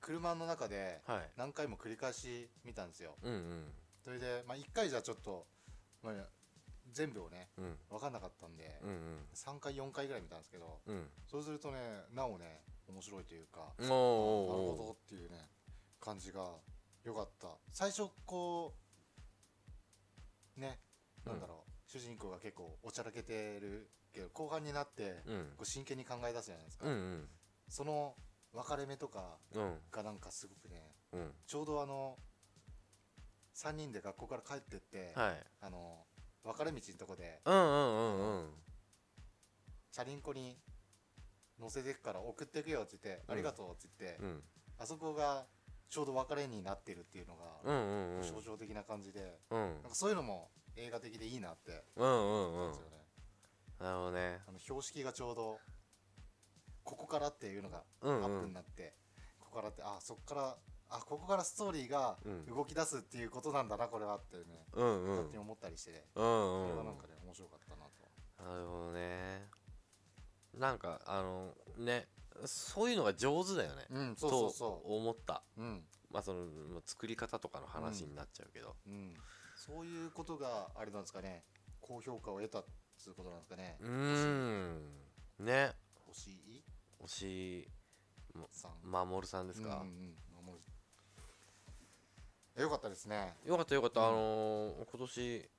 [SPEAKER 4] 車の中で
[SPEAKER 3] はい
[SPEAKER 4] 何回も繰り返し見たんですよ
[SPEAKER 3] うんうん
[SPEAKER 4] それで、まあ、1回じゃちょっと、まあ、全部をね
[SPEAKER 3] うん
[SPEAKER 4] 分かんなかったんで、
[SPEAKER 3] うん
[SPEAKER 4] 3回4回ぐらい見たんですけど
[SPEAKER 3] うんうん
[SPEAKER 4] そうするとねなおね面白いというか
[SPEAKER 3] おー
[SPEAKER 4] なる
[SPEAKER 3] お
[SPEAKER 4] ほどっていうね感じが良かった最初こうねなんだろう、主人公が結構おちゃらけてるけど後半になって
[SPEAKER 3] ーおーうん
[SPEAKER 4] こう真剣に考え出すじゃないですか、
[SPEAKER 3] うんうん
[SPEAKER 4] その分かれ目とか
[SPEAKER 3] うん
[SPEAKER 4] がなんかすごくね
[SPEAKER 3] うん
[SPEAKER 4] ちょうどあの3人で学校から帰ってって、
[SPEAKER 3] はい
[SPEAKER 4] あの分かれ道のとこで
[SPEAKER 3] うんうんうんうん
[SPEAKER 4] チャリンコに乗せてくから送ってくよって言って、
[SPEAKER 3] うん
[SPEAKER 4] ありがとうって言って、
[SPEAKER 3] うん
[SPEAKER 4] あそこがちょうど別れになってるっていうの
[SPEAKER 3] う
[SPEAKER 4] が、
[SPEAKER 3] んうんうん
[SPEAKER 4] 象徴的な感じで
[SPEAKER 3] うん
[SPEAKER 4] なんかそういうのも映画的でいいなって
[SPEAKER 3] うんうん
[SPEAKER 4] 思
[SPEAKER 3] う
[SPEAKER 4] うん
[SPEAKER 3] ん
[SPEAKER 4] ですよね、
[SPEAKER 3] なるほどね
[SPEAKER 4] あの標識がちょうどここからっていうのがア
[SPEAKER 3] うんうん
[SPEAKER 4] ップになって、ここからってあそこからあここからストーリーが
[SPEAKER 3] うん
[SPEAKER 4] 動き出すっていうことなんだなこれはってね、
[SPEAKER 3] うんうん
[SPEAKER 4] 勝手に思ったりして、ね、
[SPEAKER 3] うん
[SPEAKER 4] これ
[SPEAKER 3] う
[SPEAKER 4] は
[SPEAKER 3] ん
[SPEAKER 4] なんかね面白かったなと。
[SPEAKER 3] なるほどねなんかあのねそういうのが上手だよね
[SPEAKER 4] うん、そうそう
[SPEAKER 3] と
[SPEAKER 4] そ
[SPEAKER 3] 思った
[SPEAKER 4] う。うん、
[SPEAKER 3] まあそのまあ作り方とかの話になっちゃうけど
[SPEAKER 4] うん、そういうことがあれなんですかね。高評価を得たっていうことなんですかね。
[SPEAKER 3] うーんね
[SPEAKER 4] 星井
[SPEAKER 3] 推し
[SPEAKER 4] さん
[SPEAKER 3] 守さんですか
[SPEAKER 4] うん、うんうん、守るよかったですね。
[SPEAKER 3] よかったよかった、
[SPEAKER 4] うん
[SPEAKER 3] あのー今年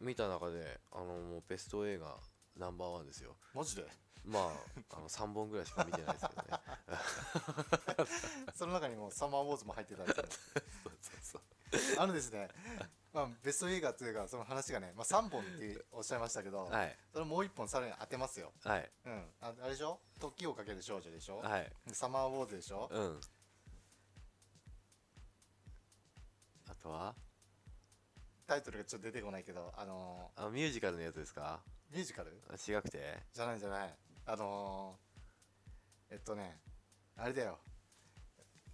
[SPEAKER 3] 見た中で、あのーもうベスト映画ナンバーワンですよ
[SPEAKER 4] マジで。
[SPEAKER 3] まああの3本ぐらいしか見てないですけどね
[SPEAKER 4] [laughs] その中にもサマーウォーズも入ってたん
[SPEAKER 3] [laughs]
[SPEAKER 4] ですよね。あのですね、まあ、ベスト映画というかその話がね、まあ、3本っておっしゃいましたけど、
[SPEAKER 3] はい
[SPEAKER 4] それもう1本さらに当てますよ、
[SPEAKER 3] はい
[SPEAKER 4] うん、ああれでしょ「時をかける少女」でしょ、
[SPEAKER 3] はい
[SPEAKER 4] サマーウォーズ」でしょ、
[SPEAKER 3] うんあとは
[SPEAKER 4] タイトルがちょっと出てこないけどあの
[SPEAKER 3] あミュージカルのやつですか
[SPEAKER 4] ーミュージカル
[SPEAKER 3] あ違くて
[SPEAKER 4] じゃないじゃないあのー、えっとねあれだよ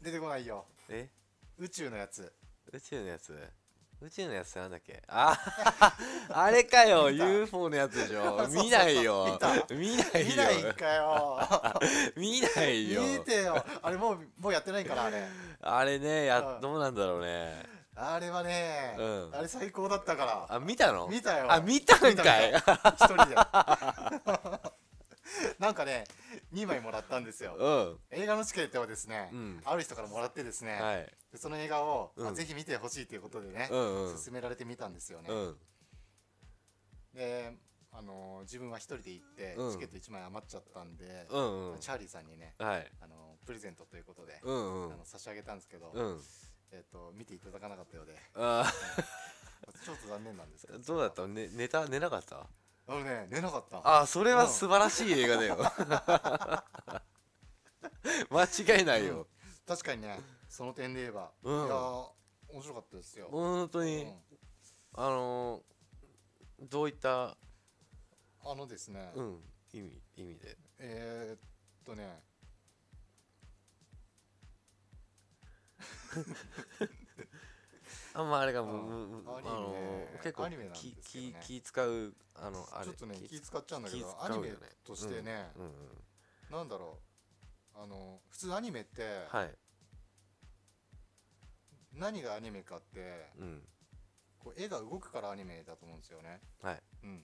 [SPEAKER 4] 出てこないよ
[SPEAKER 3] え
[SPEAKER 4] 宇宙のやつ
[SPEAKER 3] 宇宙のやつ宇宙のやつってなんだっけあ [laughs] あれかよ UFO のやつで
[SPEAKER 4] [laughs]
[SPEAKER 3] しょ見ないよ見ないよ
[SPEAKER 4] 見ないんかよ
[SPEAKER 3] 見ない
[SPEAKER 4] 見
[SPEAKER 3] よ
[SPEAKER 4] えてよあれもうもうやってないからあれ
[SPEAKER 3] あれねや
[SPEAKER 4] うん
[SPEAKER 3] どうなんだろうね
[SPEAKER 4] あれはね、
[SPEAKER 3] うん
[SPEAKER 4] あれ最高だったから
[SPEAKER 3] あ見たの
[SPEAKER 4] 見たよ
[SPEAKER 3] あ見たん
[SPEAKER 4] 見
[SPEAKER 3] かい
[SPEAKER 4] よ一人で [laughs] なんかね2枚もらったんです
[SPEAKER 3] [laughs]
[SPEAKER 4] よ
[SPEAKER 3] うん
[SPEAKER 4] 映画のチケットをですね、
[SPEAKER 3] うん
[SPEAKER 4] ある人からもらってですね、
[SPEAKER 3] はい
[SPEAKER 4] でその映画を、あ
[SPEAKER 3] うん
[SPEAKER 4] ぜひ見てほしいということでね、
[SPEAKER 3] うんうん
[SPEAKER 4] 勧められてみたんですよね、
[SPEAKER 3] うん
[SPEAKER 4] で、あのー自分は一人で行って、
[SPEAKER 3] うん
[SPEAKER 4] チケット1枚余っちゃったんで、
[SPEAKER 3] うんうん
[SPEAKER 4] チャーリーさんにね、
[SPEAKER 3] はい
[SPEAKER 4] あのープレゼントということで、
[SPEAKER 3] うんう
[SPEAKER 4] あ
[SPEAKER 3] ん
[SPEAKER 4] の差し上げたんですけど、
[SPEAKER 3] うん
[SPEAKER 4] えっと見ていただかなかったようで
[SPEAKER 3] あ [laughs]
[SPEAKER 4] ちょっと残念なんですけど
[SPEAKER 3] ーどうだったね寝た寝なかった
[SPEAKER 4] 俺ね寝なかった
[SPEAKER 3] あーそれは素晴らしい映画だ
[SPEAKER 4] [laughs]
[SPEAKER 3] よ間違いないよ
[SPEAKER 4] 確かにねその点で言えば、
[SPEAKER 3] うん
[SPEAKER 4] いやー面白かったですよ、
[SPEAKER 3] 本当
[SPEAKER 4] う
[SPEAKER 3] に
[SPEAKER 4] ん
[SPEAKER 3] あのーどういった
[SPEAKER 4] あのですね、
[SPEAKER 3] うん意味意味で
[SPEAKER 4] えー、っとね
[SPEAKER 3] あんまああれがもう
[SPEAKER 4] あ
[SPEAKER 3] むむ
[SPEAKER 4] アニメ
[SPEAKER 3] あのー結構
[SPEAKER 4] アニメなんです
[SPEAKER 3] 気
[SPEAKER 4] よね
[SPEAKER 3] 気気使うあのあれ
[SPEAKER 4] ちょっとね気
[SPEAKER 3] 気
[SPEAKER 4] 使っちゃうんだけ
[SPEAKER 3] 気
[SPEAKER 4] ど、ア
[SPEAKER 3] 使
[SPEAKER 4] ニ
[SPEAKER 3] う
[SPEAKER 4] メ
[SPEAKER 3] よね
[SPEAKER 4] としてね、
[SPEAKER 3] うんうん
[SPEAKER 4] なんだろうあの普通アニメって
[SPEAKER 3] はい
[SPEAKER 4] 何がアニメかって
[SPEAKER 3] うん
[SPEAKER 4] こう絵が動くからアニメだと思うんですよね
[SPEAKER 3] はい
[SPEAKER 4] うん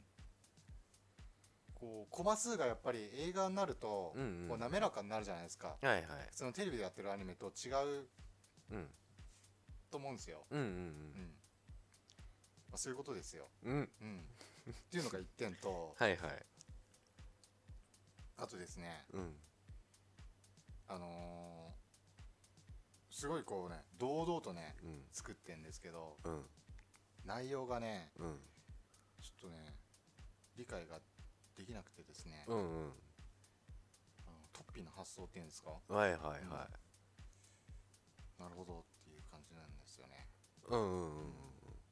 [SPEAKER 4] こうコマ数がやっぱり映画になると、
[SPEAKER 3] うんうん
[SPEAKER 4] こう滑らかになるじゃないですか
[SPEAKER 3] はいはい
[SPEAKER 4] 普通のテレビでやってるアニメと違う
[SPEAKER 3] うん
[SPEAKER 4] と思うんですよ、
[SPEAKER 3] うん
[SPEAKER 4] うんまあ、そういうことですよ、
[SPEAKER 3] うんうんうん
[SPEAKER 4] うん、っていうのが一点と
[SPEAKER 3] はいはい
[SPEAKER 4] あとですね
[SPEAKER 3] うん
[SPEAKER 4] あのーすごいこうね堂々とね
[SPEAKER 3] うん
[SPEAKER 4] 作ってんですけど
[SPEAKER 3] うん
[SPEAKER 4] 内容がね
[SPEAKER 3] うん
[SPEAKER 4] ちょっとね理解ができなくてですね、
[SPEAKER 3] うんうん
[SPEAKER 4] あのトッピーの発想っていうんですか
[SPEAKER 3] はいはいはい
[SPEAKER 4] なるほどっていう感じなんですよね
[SPEAKER 3] うんうんうん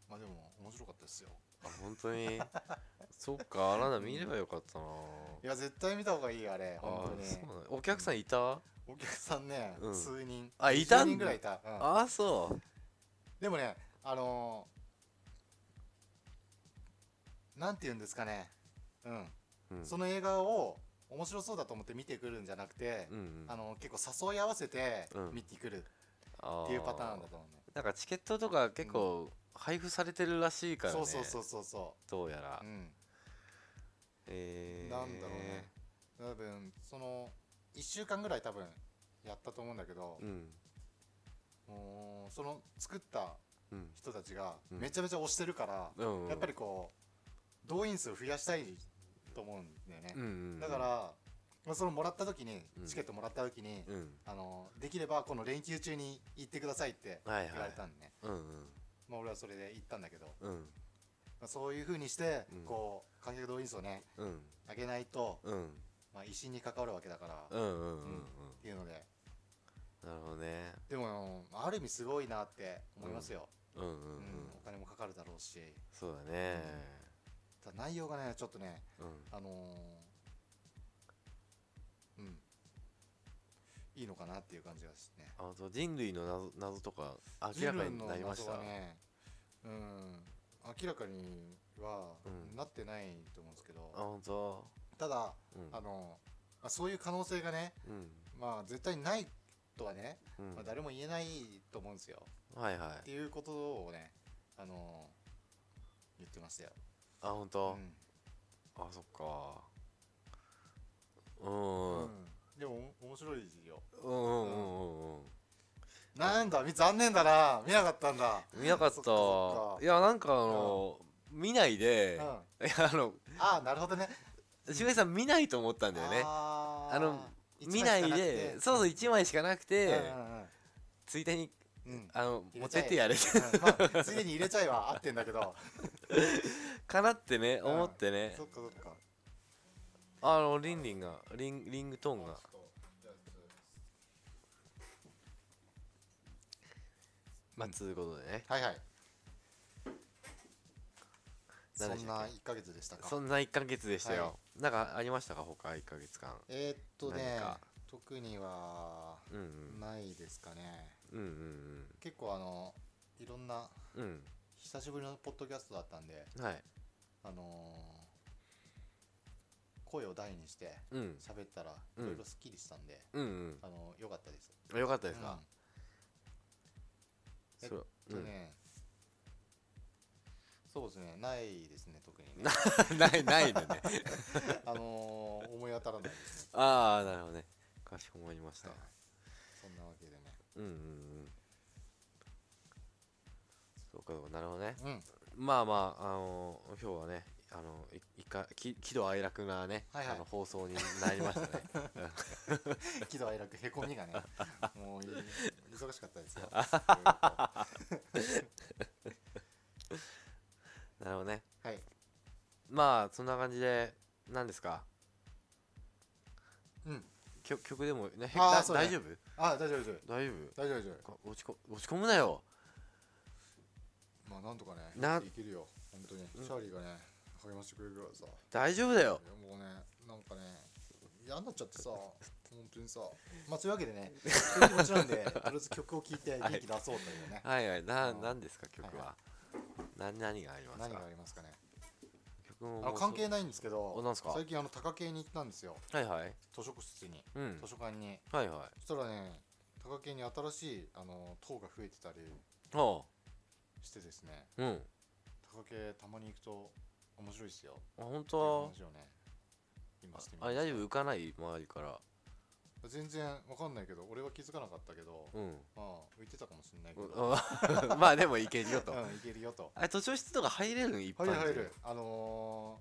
[SPEAKER 4] まあでも面白かったですよ
[SPEAKER 3] あ本当に [laughs] そっかあらな見ればよかったない
[SPEAKER 4] や絶対見た方がいいあれ
[SPEAKER 3] あ
[SPEAKER 4] 本当
[SPEAKER 3] ー
[SPEAKER 4] に
[SPEAKER 3] そうなんだお客さんいた
[SPEAKER 4] お客さんね、
[SPEAKER 3] うん
[SPEAKER 4] 数人
[SPEAKER 3] あいたんだ
[SPEAKER 4] 20人ぐらいいた、うん
[SPEAKER 3] ああそう
[SPEAKER 4] でもねあのーなんて言うんですかねうん、
[SPEAKER 3] うん
[SPEAKER 4] その映画を面白そうだと思って見てくるんじゃなくて、
[SPEAKER 3] うんうん
[SPEAKER 4] あの結構誘い合わせて
[SPEAKER 3] うん
[SPEAKER 4] 見てくる
[SPEAKER 3] あ
[SPEAKER 4] っていうパターンだ
[SPEAKER 3] ー
[SPEAKER 4] と思うね、
[SPEAKER 3] なんかチケットとか結構配布されてるらしいからね、
[SPEAKER 4] そうそうそうそうそ
[SPEAKER 3] どうやら
[SPEAKER 4] う、うん、
[SPEAKER 3] えー、
[SPEAKER 4] なんだろうね多分その1週間ぐらい多分やったと思うんだけど、
[SPEAKER 3] うん
[SPEAKER 4] もうその作った
[SPEAKER 3] うん
[SPEAKER 4] 人たちが
[SPEAKER 3] うん
[SPEAKER 4] めちゃめちゃ推してるから、
[SPEAKER 3] うんうん
[SPEAKER 4] やっぱりこう動員数増やしたいと思うんだよね、
[SPEAKER 3] うんうん
[SPEAKER 4] だから、まあ、そのもらった時に、
[SPEAKER 3] うん
[SPEAKER 4] チケットもらった時に、
[SPEAKER 3] うん
[SPEAKER 4] あのできればこの連休中に行ってくださいって言
[SPEAKER 3] は
[SPEAKER 4] わ
[SPEAKER 3] いはい
[SPEAKER 4] れたんでね、
[SPEAKER 3] うん
[SPEAKER 4] まあ、俺はそれで行ったんだけど、
[SPEAKER 3] うんうん
[SPEAKER 4] まあ、そういうふうにして、
[SPEAKER 3] うん
[SPEAKER 4] こう観客動員数をね
[SPEAKER 3] うん
[SPEAKER 4] 上げないと、
[SPEAKER 3] うん
[SPEAKER 4] まあ、威信に関わるわけだから、
[SPEAKER 3] うんうんうんうん
[SPEAKER 4] うんっていうので
[SPEAKER 3] なるほどね
[SPEAKER 4] でもある意味すごいなって思いますよ、
[SPEAKER 3] うんうんう
[SPEAKER 4] うん
[SPEAKER 3] ん
[SPEAKER 4] お金もかかるだろうし
[SPEAKER 3] そうだね
[SPEAKER 4] ただ内容がねちょっとね
[SPEAKER 3] うん
[SPEAKER 4] あのーうんいいのかなっていう感じがしてね
[SPEAKER 3] あと人類の謎謎とか明らかになりまし
[SPEAKER 4] ジル
[SPEAKER 3] た
[SPEAKER 4] ンの謎はねうん明らかには
[SPEAKER 3] うん
[SPEAKER 4] なってないと思うんですけど、
[SPEAKER 3] あ本当
[SPEAKER 4] ただ、
[SPEAKER 3] うん
[SPEAKER 4] あのまあそういう可能性がね
[SPEAKER 3] うん
[SPEAKER 4] まあ絶対ないとはね、
[SPEAKER 3] うん
[SPEAKER 4] まあ、誰も言えないと思うんですよ、
[SPEAKER 3] はいは
[SPEAKER 4] って
[SPEAKER 3] い
[SPEAKER 4] いうことをね、あのー言ってましたよ。
[SPEAKER 3] あ本
[SPEAKER 4] う
[SPEAKER 3] 当
[SPEAKER 4] ん
[SPEAKER 3] あそっかうんうん
[SPEAKER 4] でもお面白いよ。
[SPEAKER 3] うんうんうんうん
[SPEAKER 4] なんだ、み残念だな、見なかったんだ。
[SPEAKER 3] 見なかった
[SPEAKER 4] そっかそっか
[SPEAKER 3] いやなんかあの、見ないで、いや [laughs] あの
[SPEAKER 4] ああ、なるほどね。
[SPEAKER 3] 渋谷さん見ないと思ったんだよね
[SPEAKER 4] あー
[SPEAKER 3] あの
[SPEAKER 4] 一
[SPEAKER 3] 見な
[SPEAKER 4] 枚しか
[SPEAKER 3] い
[SPEAKER 4] くて
[SPEAKER 3] でそうそう1枚しかなくて、ついでに
[SPEAKER 4] うんうんうんうん
[SPEAKER 3] あの持
[SPEAKER 4] 入れ
[SPEAKER 3] っ
[SPEAKER 4] ち
[SPEAKER 3] て
[SPEAKER 4] ゃえ
[SPEAKER 3] ってやれ
[SPEAKER 4] まあついでに入れちゃえば合ってんだ
[SPEAKER 3] [laughs]
[SPEAKER 4] けど、
[SPEAKER 3] かなってね
[SPEAKER 4] ん
[SPEAKER 3] 思ってね、
[SPEAKER 4] そっかそっか。
[SPEAKER 3] あのリンリンがリンリングトーンがまあつうことでね
[SPEAKER 4] はいはい。そ
[SPEAKER 3] 何でし
[SPEAKER 4] ん
[SPEAKER 3] たっ
[SPEAKER 4] な
[SPEAKER 3] け
[SPEAKER 4] 1ヶ月でしたか
[SPEAKER 3] そんな1ヶ月でしたよ、なんかありましたか他1ヶ月間
[SPEAKER 4] えーっとね
[SPEAKER 3] 何か
[SPEAKER 4] 特には
[SPEAKER 3] うん
[SPEAKER 4] ないですかね
[SPEAKER 3] うんうん
[SPEAKER 4] 結構あのいろんな
[SPEAKER 3] うんうん
[SPEAKER 4] 久しぶりのポッドキャストだったんで
[SPEAKER 3] うんはい
[SPEAKER 4] あのー声を大にして
[SPEAKER 3] うん
[SPEAKER 4] 喋ったらい
[SPEAKER 3] うん
[SPEAKER 4] ろいろスッキリしたんで、
[SPEAKER 3] うん
[SPEAKER 4] あの良かったです。
[SPEAKER 3] うんよかったですか、
[SPEAKER 4] うん
[SPEAKER 3] そう
[SPEAKER 4] えっとね、そうですね、ないですね、特に
[SPEAKER 3] [laughs]
[SPEAKER 4] ね。
[SPEAKER 3] うん
[SPEAKER 4] [laughs]
[SPEAKER 3] ないないでね
[SPEAKER 4] あのー思い当たらないですね。
[SPEAKER 3] [laughs] ああなるほどねかしこまりました、
[SPEAKER 4] はいそんなわけでね。
[SPEAKER 3] うんうんうんそうかそうかなるほどね
[SPEAKER 4] うん、
[SPEAKER 3] まあまああの今日はねあのい一回き喜怒哀楽なね、
[SPEAKER 4] はいはい
[SPEAKER 3] あの放送になりま
[SPEAKER 4] [laughs]
[SPEAKER 3] したね
[SPEAKER 4] 喜怒哀楽、へこみ
[SPEAKER 3] [laughs]
[SPEAKER 4] がね、もうい忙しかったですよ。
[SPEAKER 3] なるほどね
[SPEAKER 4] はい、
[SPEAKER 3] まあそんな感じで何ですか
[SPEAKER 4] うん、
[SPEAKER 3] 曲曲でもねへ
[SPEAKER 4] あー
[SPEAKER 3] だ
[SPEAKER 4] そうね
[SPEAKER 3] 大丈夫
[SPEAKER 4] あ、大丈夫です。
[SPEAKER 3] 大丈
[SPEAKER 4] 大丈夫大丈夫。
[SPEAKER 3] 夫落ちこ落ち込むなよ
[SPEAKER 4] まあ、なんとかね、
[SPEAKER 3] な
[SPEAKER 4] 生きるよ、本当に。チャーリーがね、励ましてくれるからさ。
[SPEAKER 3] 大丈夫だよ
[SPEAKER 4] いやもうねなんかね嫌になっちゃってさ本当にさまあそういうわけでねそういう気持ちなんでとりあえず曲を聴いて元気出そうというね、
[SPEAKER 3] はいはいな
[SPEAKER 4] あの
[SPEAKER 3] 何ですか曲
[SPEAKER 4] はい
[SPEAKER 3] は何何があります
[SPEAKER 4] 何が
[SPEAKER 3] か
[SPEAKER 4] ありますかね
[SPEAKER 3] 曲も
[SPEAKER 4] あ
[SPEAKER 3] も
[SPEAKER 4] の
[SPEAKER 3] う
[SPEAKER 4] 関係ないんですけど
[SPEAKER 3] あなんすか
[SPEAKER 4] 最近あの高系に行ったんですよ
[SPEAKER 3] はいはい
[SPEAKER 4] 図書室に、
[SPEAKER 3] うん
[SPEAKER 4] 図書館に
[SPEAKER 3] はいはい
[SPEAKER 4] そしたらね高系に新しいあの塔が増えてたり
[SPEAKER 3] あ
[SPEAKER 4] してですね
[SPEAKER 3] あうんあ
[SPEAKER 4] 高系たまに行くと面白いですよ
[SPEAKER 3] 本
[SPEAKER 4] っていう
[SPEAKER 3] 当
[SPEAKER 4] 話をね今してみ
[SPEAKER 3] あ
[SPEAKER 4] ま
[SPEAKER 3] れ
[SPEAKER 4] した
[SPEAKER 3] 大丈夫浮かない周りから
[SPEAKER 4] 全然わかんないけど俺は気づかなかったけど、
[SPEAKER 3] うん
[SPEAKER 4] まあ浮いてたかもしれないけ
[SPEAKER 3] う
[SPEAKER 4] ど、
[SPEAKER 3] ん [laughs] まあでもいけるよと
[SPEAKER 4] うん、いけるよと。
[SPEAKER 3] あれ図書室とか入れるん一般
[SPEAKER 4] 入る
[SPEAKER 3] 人
[SPEAKER 4] 入る。あの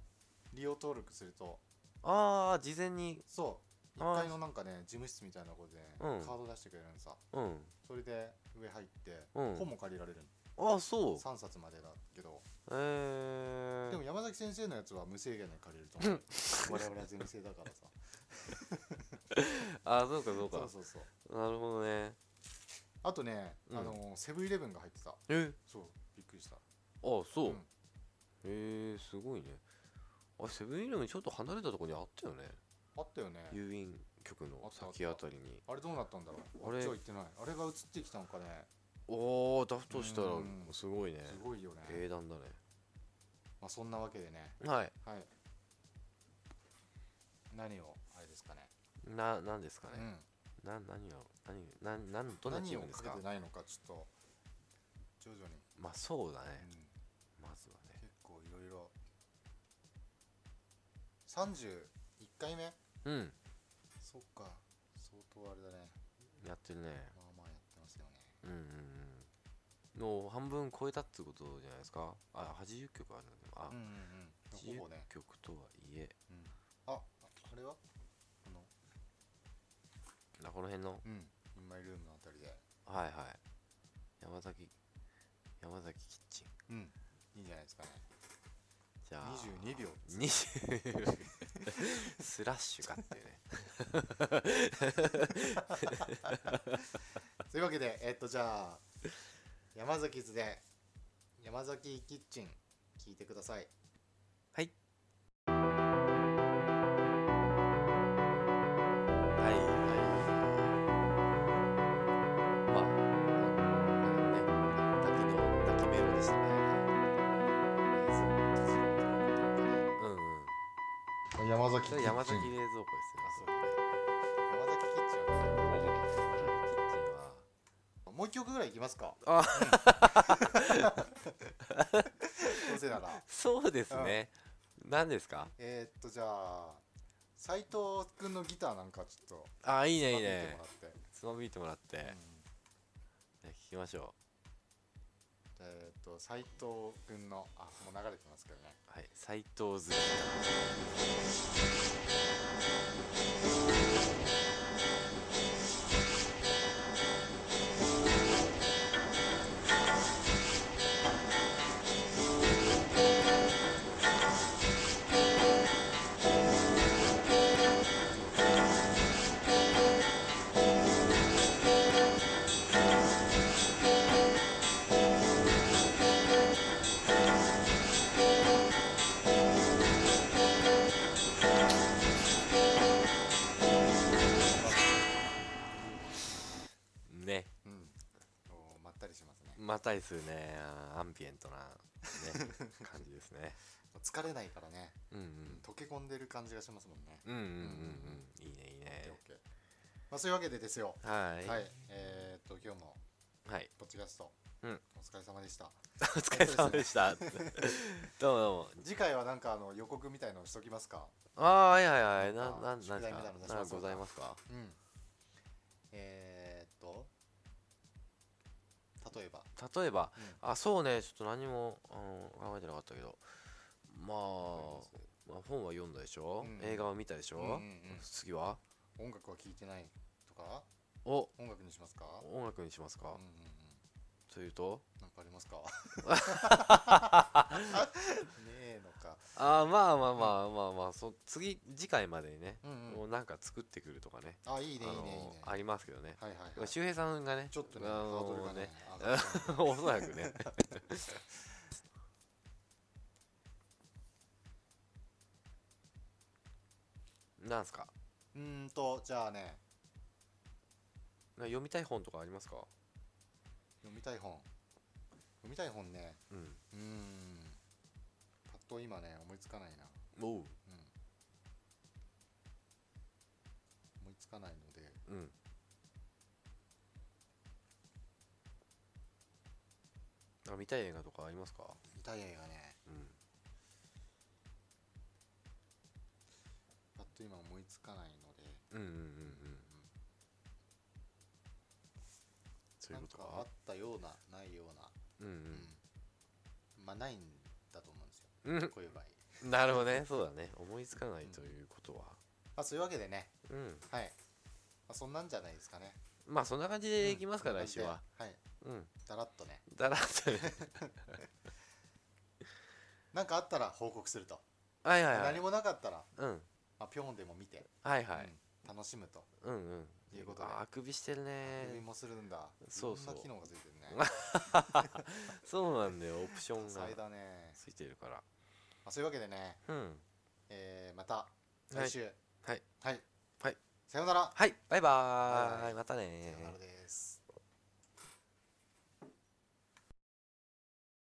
[SPEAKER 4] ー、利用登録すると、
[SPEAKER 3] ああ事前に
[SPEAKER 4] そう、
[SPEAKER 3] あー
[SPEAKER 4] 1階のなんかね、事務室みたいなとこで、
[SPEAKER 3] うん
[SPEAKER 4] カード出してくれるのさ。
[SPEAKER 3] うん
[SPEAKER 4] それで上入って、
[SPEAKER 3] うん
[SPEAKER 4] 本も借りられる
[SPEAKER 3] ああ
[SPEAKER 4] の。
[SPEAKER 3] そう
[SPEAKER 4] 3冊までだけど、
[SPEAKER 3] えー、
[SPEAKER 4] でも山崎先生のやつは無制限で借りると思う。我々は全制だからさ。
[SPEAKER 3] ああそうか [laughs] そうか
[SPEAKER 4] そうそうそう。
[SPEAKER 3] なるほどね
[SPEAKER 4] あとね、
[SPEAKER 3] うん
[SPEAKER 4] あのーセブンイレブンが入ってた。
[SPEAKER 3] え
[SPEAKER 4] そう、びっくりした。
[SPEAKER 3] あそう、
[SPEAKER 4] うん
[SPEAKER 3] へえすごいねあセブンイレブンちょっと離れたとこにあったよね
[SPEAKER 4] あったよね。
[SPEAKER 3] 郵便局の先
[SPEAKER 4] あった
[SPEAKER 3] あ
[SPEAKER 4] あった
[SPEAKER 3] たりに
[SPEAKER 4] あれどうなったんだろう
[SPEAKER 3] あ
[SPEAKER 4] あ
[SPEAKER 3] れ
[SPEAKER 4] っちは行ってない。あれが映ってきたのかね。
[SPEAKER 3] おおだとしたら
[SPEAKER 4] うん
[SPEAKER 3] すごいね
[SPEAKER 4] すごいよね。
[SPEAKER 3] 英断だね
[SPEAKER 4] まあそんなわけでね。
[SPEAKER 3] はい
[SPEAKER 4] はい。何をあれですかね。
[SPEAKER 3] な何ですか
[SPEAKER 4] う
[SPEAKER 3] ね、
[SPEAKER 4] ん。
[SPEAKER 3] な何を何何何どんなチ
[SPEAKER 4] 何
[SPEAKER 3] ー
[SPEAKER 4] を
[SPEAKER 3] ムです
[SPEAKER 4] かけ
[SPEAKER 3] か
[SPEAKER 4] てないのかちょっと徐々に、
[SPEAKER 3] まあそうだ
[SPEAKER 4] う
[SPEAKER 3] ね
[SPEAKER 4] ん、
[SPEAKER 3] まずはね
[SPEAKER 4] 結構いろいろ。三十一回目。
[SPEAKER 3] うん
[SPEAKER 4] そっか。相当あれだね。
[SPEAKER 3] やってるね
[SPEAKER 4] まあまあやってますよね。
[SPEAKER 3] うんうんうんの半分超えたってことじゃないですかあ80曲あるのでもあ、
[SPEAKER 4] うんうんうん。
[SPEAKER 3] 80
[SPEAKER 4] ほぼね。
[SPEAKER 3] 曲とはいえ
[SPEAKER 4] うん、あ、あれは？あの、
[SPEAKER 3] あこの辺の
[SPEAKER 4] うん。インマイルームのあたりで。
[SPEAKER 3] はいはい山崎山崎キッチン
[SPEAKER 4] うん。いいんじゃないですかね。
[SPEAKER 3] じゃあ
[SPEAKER 4] 二十二秒。
[SPEAKER 3] 20スラッシュかっていうね
[SPEAKER 4] というわけで、えっと、じゃあ、山崎図で、山崎キッチン、聞いてください。
[SPEAKER 3] はいはいはいまああのね滝の滝メロでしたねうんうん
[SPEAKER 4] 山崎
[SPEAKER 3] それ山崎冷蔵庫ですね
[SPEAKER 4] あそう
[SPEAKER 3] ね
[SPEAKER 4] 山崎キッチンは
[SPEAKER 3] キッチンは
[SPEAKER 4] もう一曲ぐらいいきますか。
[SPEAKER 3] あ
[SPEAKER 4] [laughs] うんどうせなら。
[SPEAKER 3] そうですね何ですか
[SPEAKER 4] えっと、じゃあ、斎藤君のギターなんかちょっと、
[SPEAKER 3] あいい
[SPEAKER 4] い
[SPEAKER 3] ねいい
[SPEAKER 4] て
[SPEAKER 3] ね
[SPEAKER 4] もらって。
[SPEAKER 3] つまみてもらって
[SPEAKER 4] うん
[SPEAKER 3] じゃあ聞きましょ
[SPEAKER 4] えっと、斎藤君の、あ、もう流れてますけどね。
[SPEAKER 3] うはい斎藤図
[SPEAKER 4] 「
[SPEAKER 3] いですよねアンビエン
[SPEAKER 4] [laughs]
[SPEAKER 3] トな、ね、感じですね
[SPEAKER 4] 疲れないからね
[SPEAKER 3] うん
[SPEAKER 4] 溶け込んでる感じがしますもんね
[SPEAKER 3] うんうんうんうんうんいいねいいね
[SPEAKER 4] OK まあそういうわけでですよ
[SPEAKER 3] はい
[SPEAKER 4] はいえーっと今日も
[SPEAKER 3] はい [laughs]
[SPEAKER 4] ポッドキャスト
[SPEAKER 3] うん
[SPEAKER 4] お疲れ様でした
[SPEAKER 3] お疲れ様でした。どうもどうも。
[SPEAKER 4] 次回はなんかあの予告みたいのをしときますか
[SPEAKER 3] ああ、はいはいはい。な、な、な
[SPEAKER 4] なんか
[SPEAKER 3] ん
[SPEAKER 4] 宿題みたいなの
[SPEAKER 3] です
[SPEAKER 4] 出し
[SPEAKER 3] か。
[SPEAKER 4] ま
[SPEAKER 3] な
[SPEAKER 4] す
[SPEAKER 3] んかございますか。
[SPEAKER 4] うんえーっと例えば
[SPEAKER 3] 例えば、
[SPEAKER 4] う
[SPEAKER 3] あ、そうね、ちょっと何も、あの、考えてなかったけど。まあ、まあ、本は読んだでしょ、
[SPEAKER 4] うん
[SPEAKER 3] 映画は見たでしょ、
[SPEAKER 4] うんうんうん
[SPEAKER 3] 次は。
[SPEAKER 4] 音楽は聴いてないとか
[SPEAKER 3] お、
[SPEAKER 4] 音楽にしますか
[SPEAKER 3] 音楽にしますか。
[SPEAKER 4] うんうんうん
[SPEAKER 3] というと。
[SPEAKER 4] なんかありま
[SPEAKER 3] [laughs]
[SPEAKER 4] すかねえのか、
[SPEAKER 3] あー、まあまあまあまあまあ、そ、次、次回までにね。
[SPEAKER 4] うんうん
[SPEAKER 3] もうなんか作ってくるとかね。
[SPEAKER 4] あいいね
[SPEAKER 3] あ
[SPEAKER 4] いいねいい
[SPEAKER 3] の
[SPEAKER 4] ね
[SPEAKER 3] ありますけどね。
[SPEAKER 4] はいはい、はい、
[SPEAKER 3] 周平さんがね。
[SPEAKER 4] ちょっとね
[SPEAKER 3] あ
[SPEAKER 4] ハードル
[SPEAKER 3] の
[SPEAKER 4] がね
[SPEAKER 3] ね。
[SPEAKER 4] 上がっちゃう
[SPEAKER 3] おそらくね。 [laughs] なんすか
[SPEAKER 4] うーんとじゃあね
[SPEAKER 3] な読みたい本とかありますか
[SPEAKER 4] 読みたい本読みたい本ね
[SPEAKER 3] うん。
[SPEAKER 4] うーんパッと今ね思いつかないな、
[SPEAKER 3] おう。
[SPEAKER 4] うん、思いつかないので
[SPEAKER 3] うん。あ見たい映画とかありますか
[SPEAKER 4] 見たい映画ね
[SPEAKER 3] うん。
[SPEAKER 4] パッと今思いつかないので
[SPEAKER 3] うんうんうんうん。そうい
[SPEAKER 4] な
[SPEAKER 3] うんこと
[SPEAKER 4] か
[SPEAKER 3] か。
[SPEAKER 4] あったようなないような
[SPEAKER 3] うん
[SPEAKER 4] うんまあないんだと思うんですよ
[SPEAKER 3] うん。
[SPEAKER 4] こういう場合
[SPEAKER 3] うん。なるほどね。 [laughs] そうだね。思いつかないということは。
[SPEAKER 4] まあそういうわけでね
[SPEAKER 3] うん。
[SPEAKER 4] はい、まあ、そんなんじゃないですかね
[SPEAKER 3] まあそんな感じでいきますか、
[SPEAKER 4] うん
[SPEAKER 3] 来週は。
[SPEAKER 4] はい
[SPEAKER 3] うん。
[SPEAKER 4] だらっとね
[SPEAKER 3] だらっと [laughs] ね。
[SPEAKER 4] なんかあったら報告すると、
[SPEAKER 3] はいはいはい
[SPEAKER 4] 何。もなかったら、
[SPEAKER 3] うん。
[SPEAKER 4] まあ、ピョンでも見て、
[SPEAKER 3] はいはい。
[SPEAKER 4] うん楽しむと
[SPEAKER 3] うんうん。
[SPEAKER 4] ということで
[SPEAKER 3] ああくびしてるね
[SPEAKER 4] 確認もするんだ
[SPEAKER 3] そうそう
[SPEAKER 4] ろんな機能がついてるね
[SPEAKER 3] そうなんだよ、オプショ [laughs] ン
[SPEAKER 4] 多
[SPEAKER 3] が
[SPEAKER 4] 彩だね、
[SPEAKER 3] ついてるから。
[SPEAKER 4] まあ、そういうわけでね、
[SPEAKER 3] うん。
[SPEAKER 4] えーまた
[SPEAKER 3] い
[SPEAKER 4] 来週
[SPEAKER 3] はい。
[SPEAKER 4] はい、
[SPEAKER 3] はい
[SPEAKER 4] さようなら、
[SPEAKER 3] はい、バイバ
[SPEAKER 4] バイバ
[SPEAKER 3] ーイ。またね
[SPEAKER 4] さようならです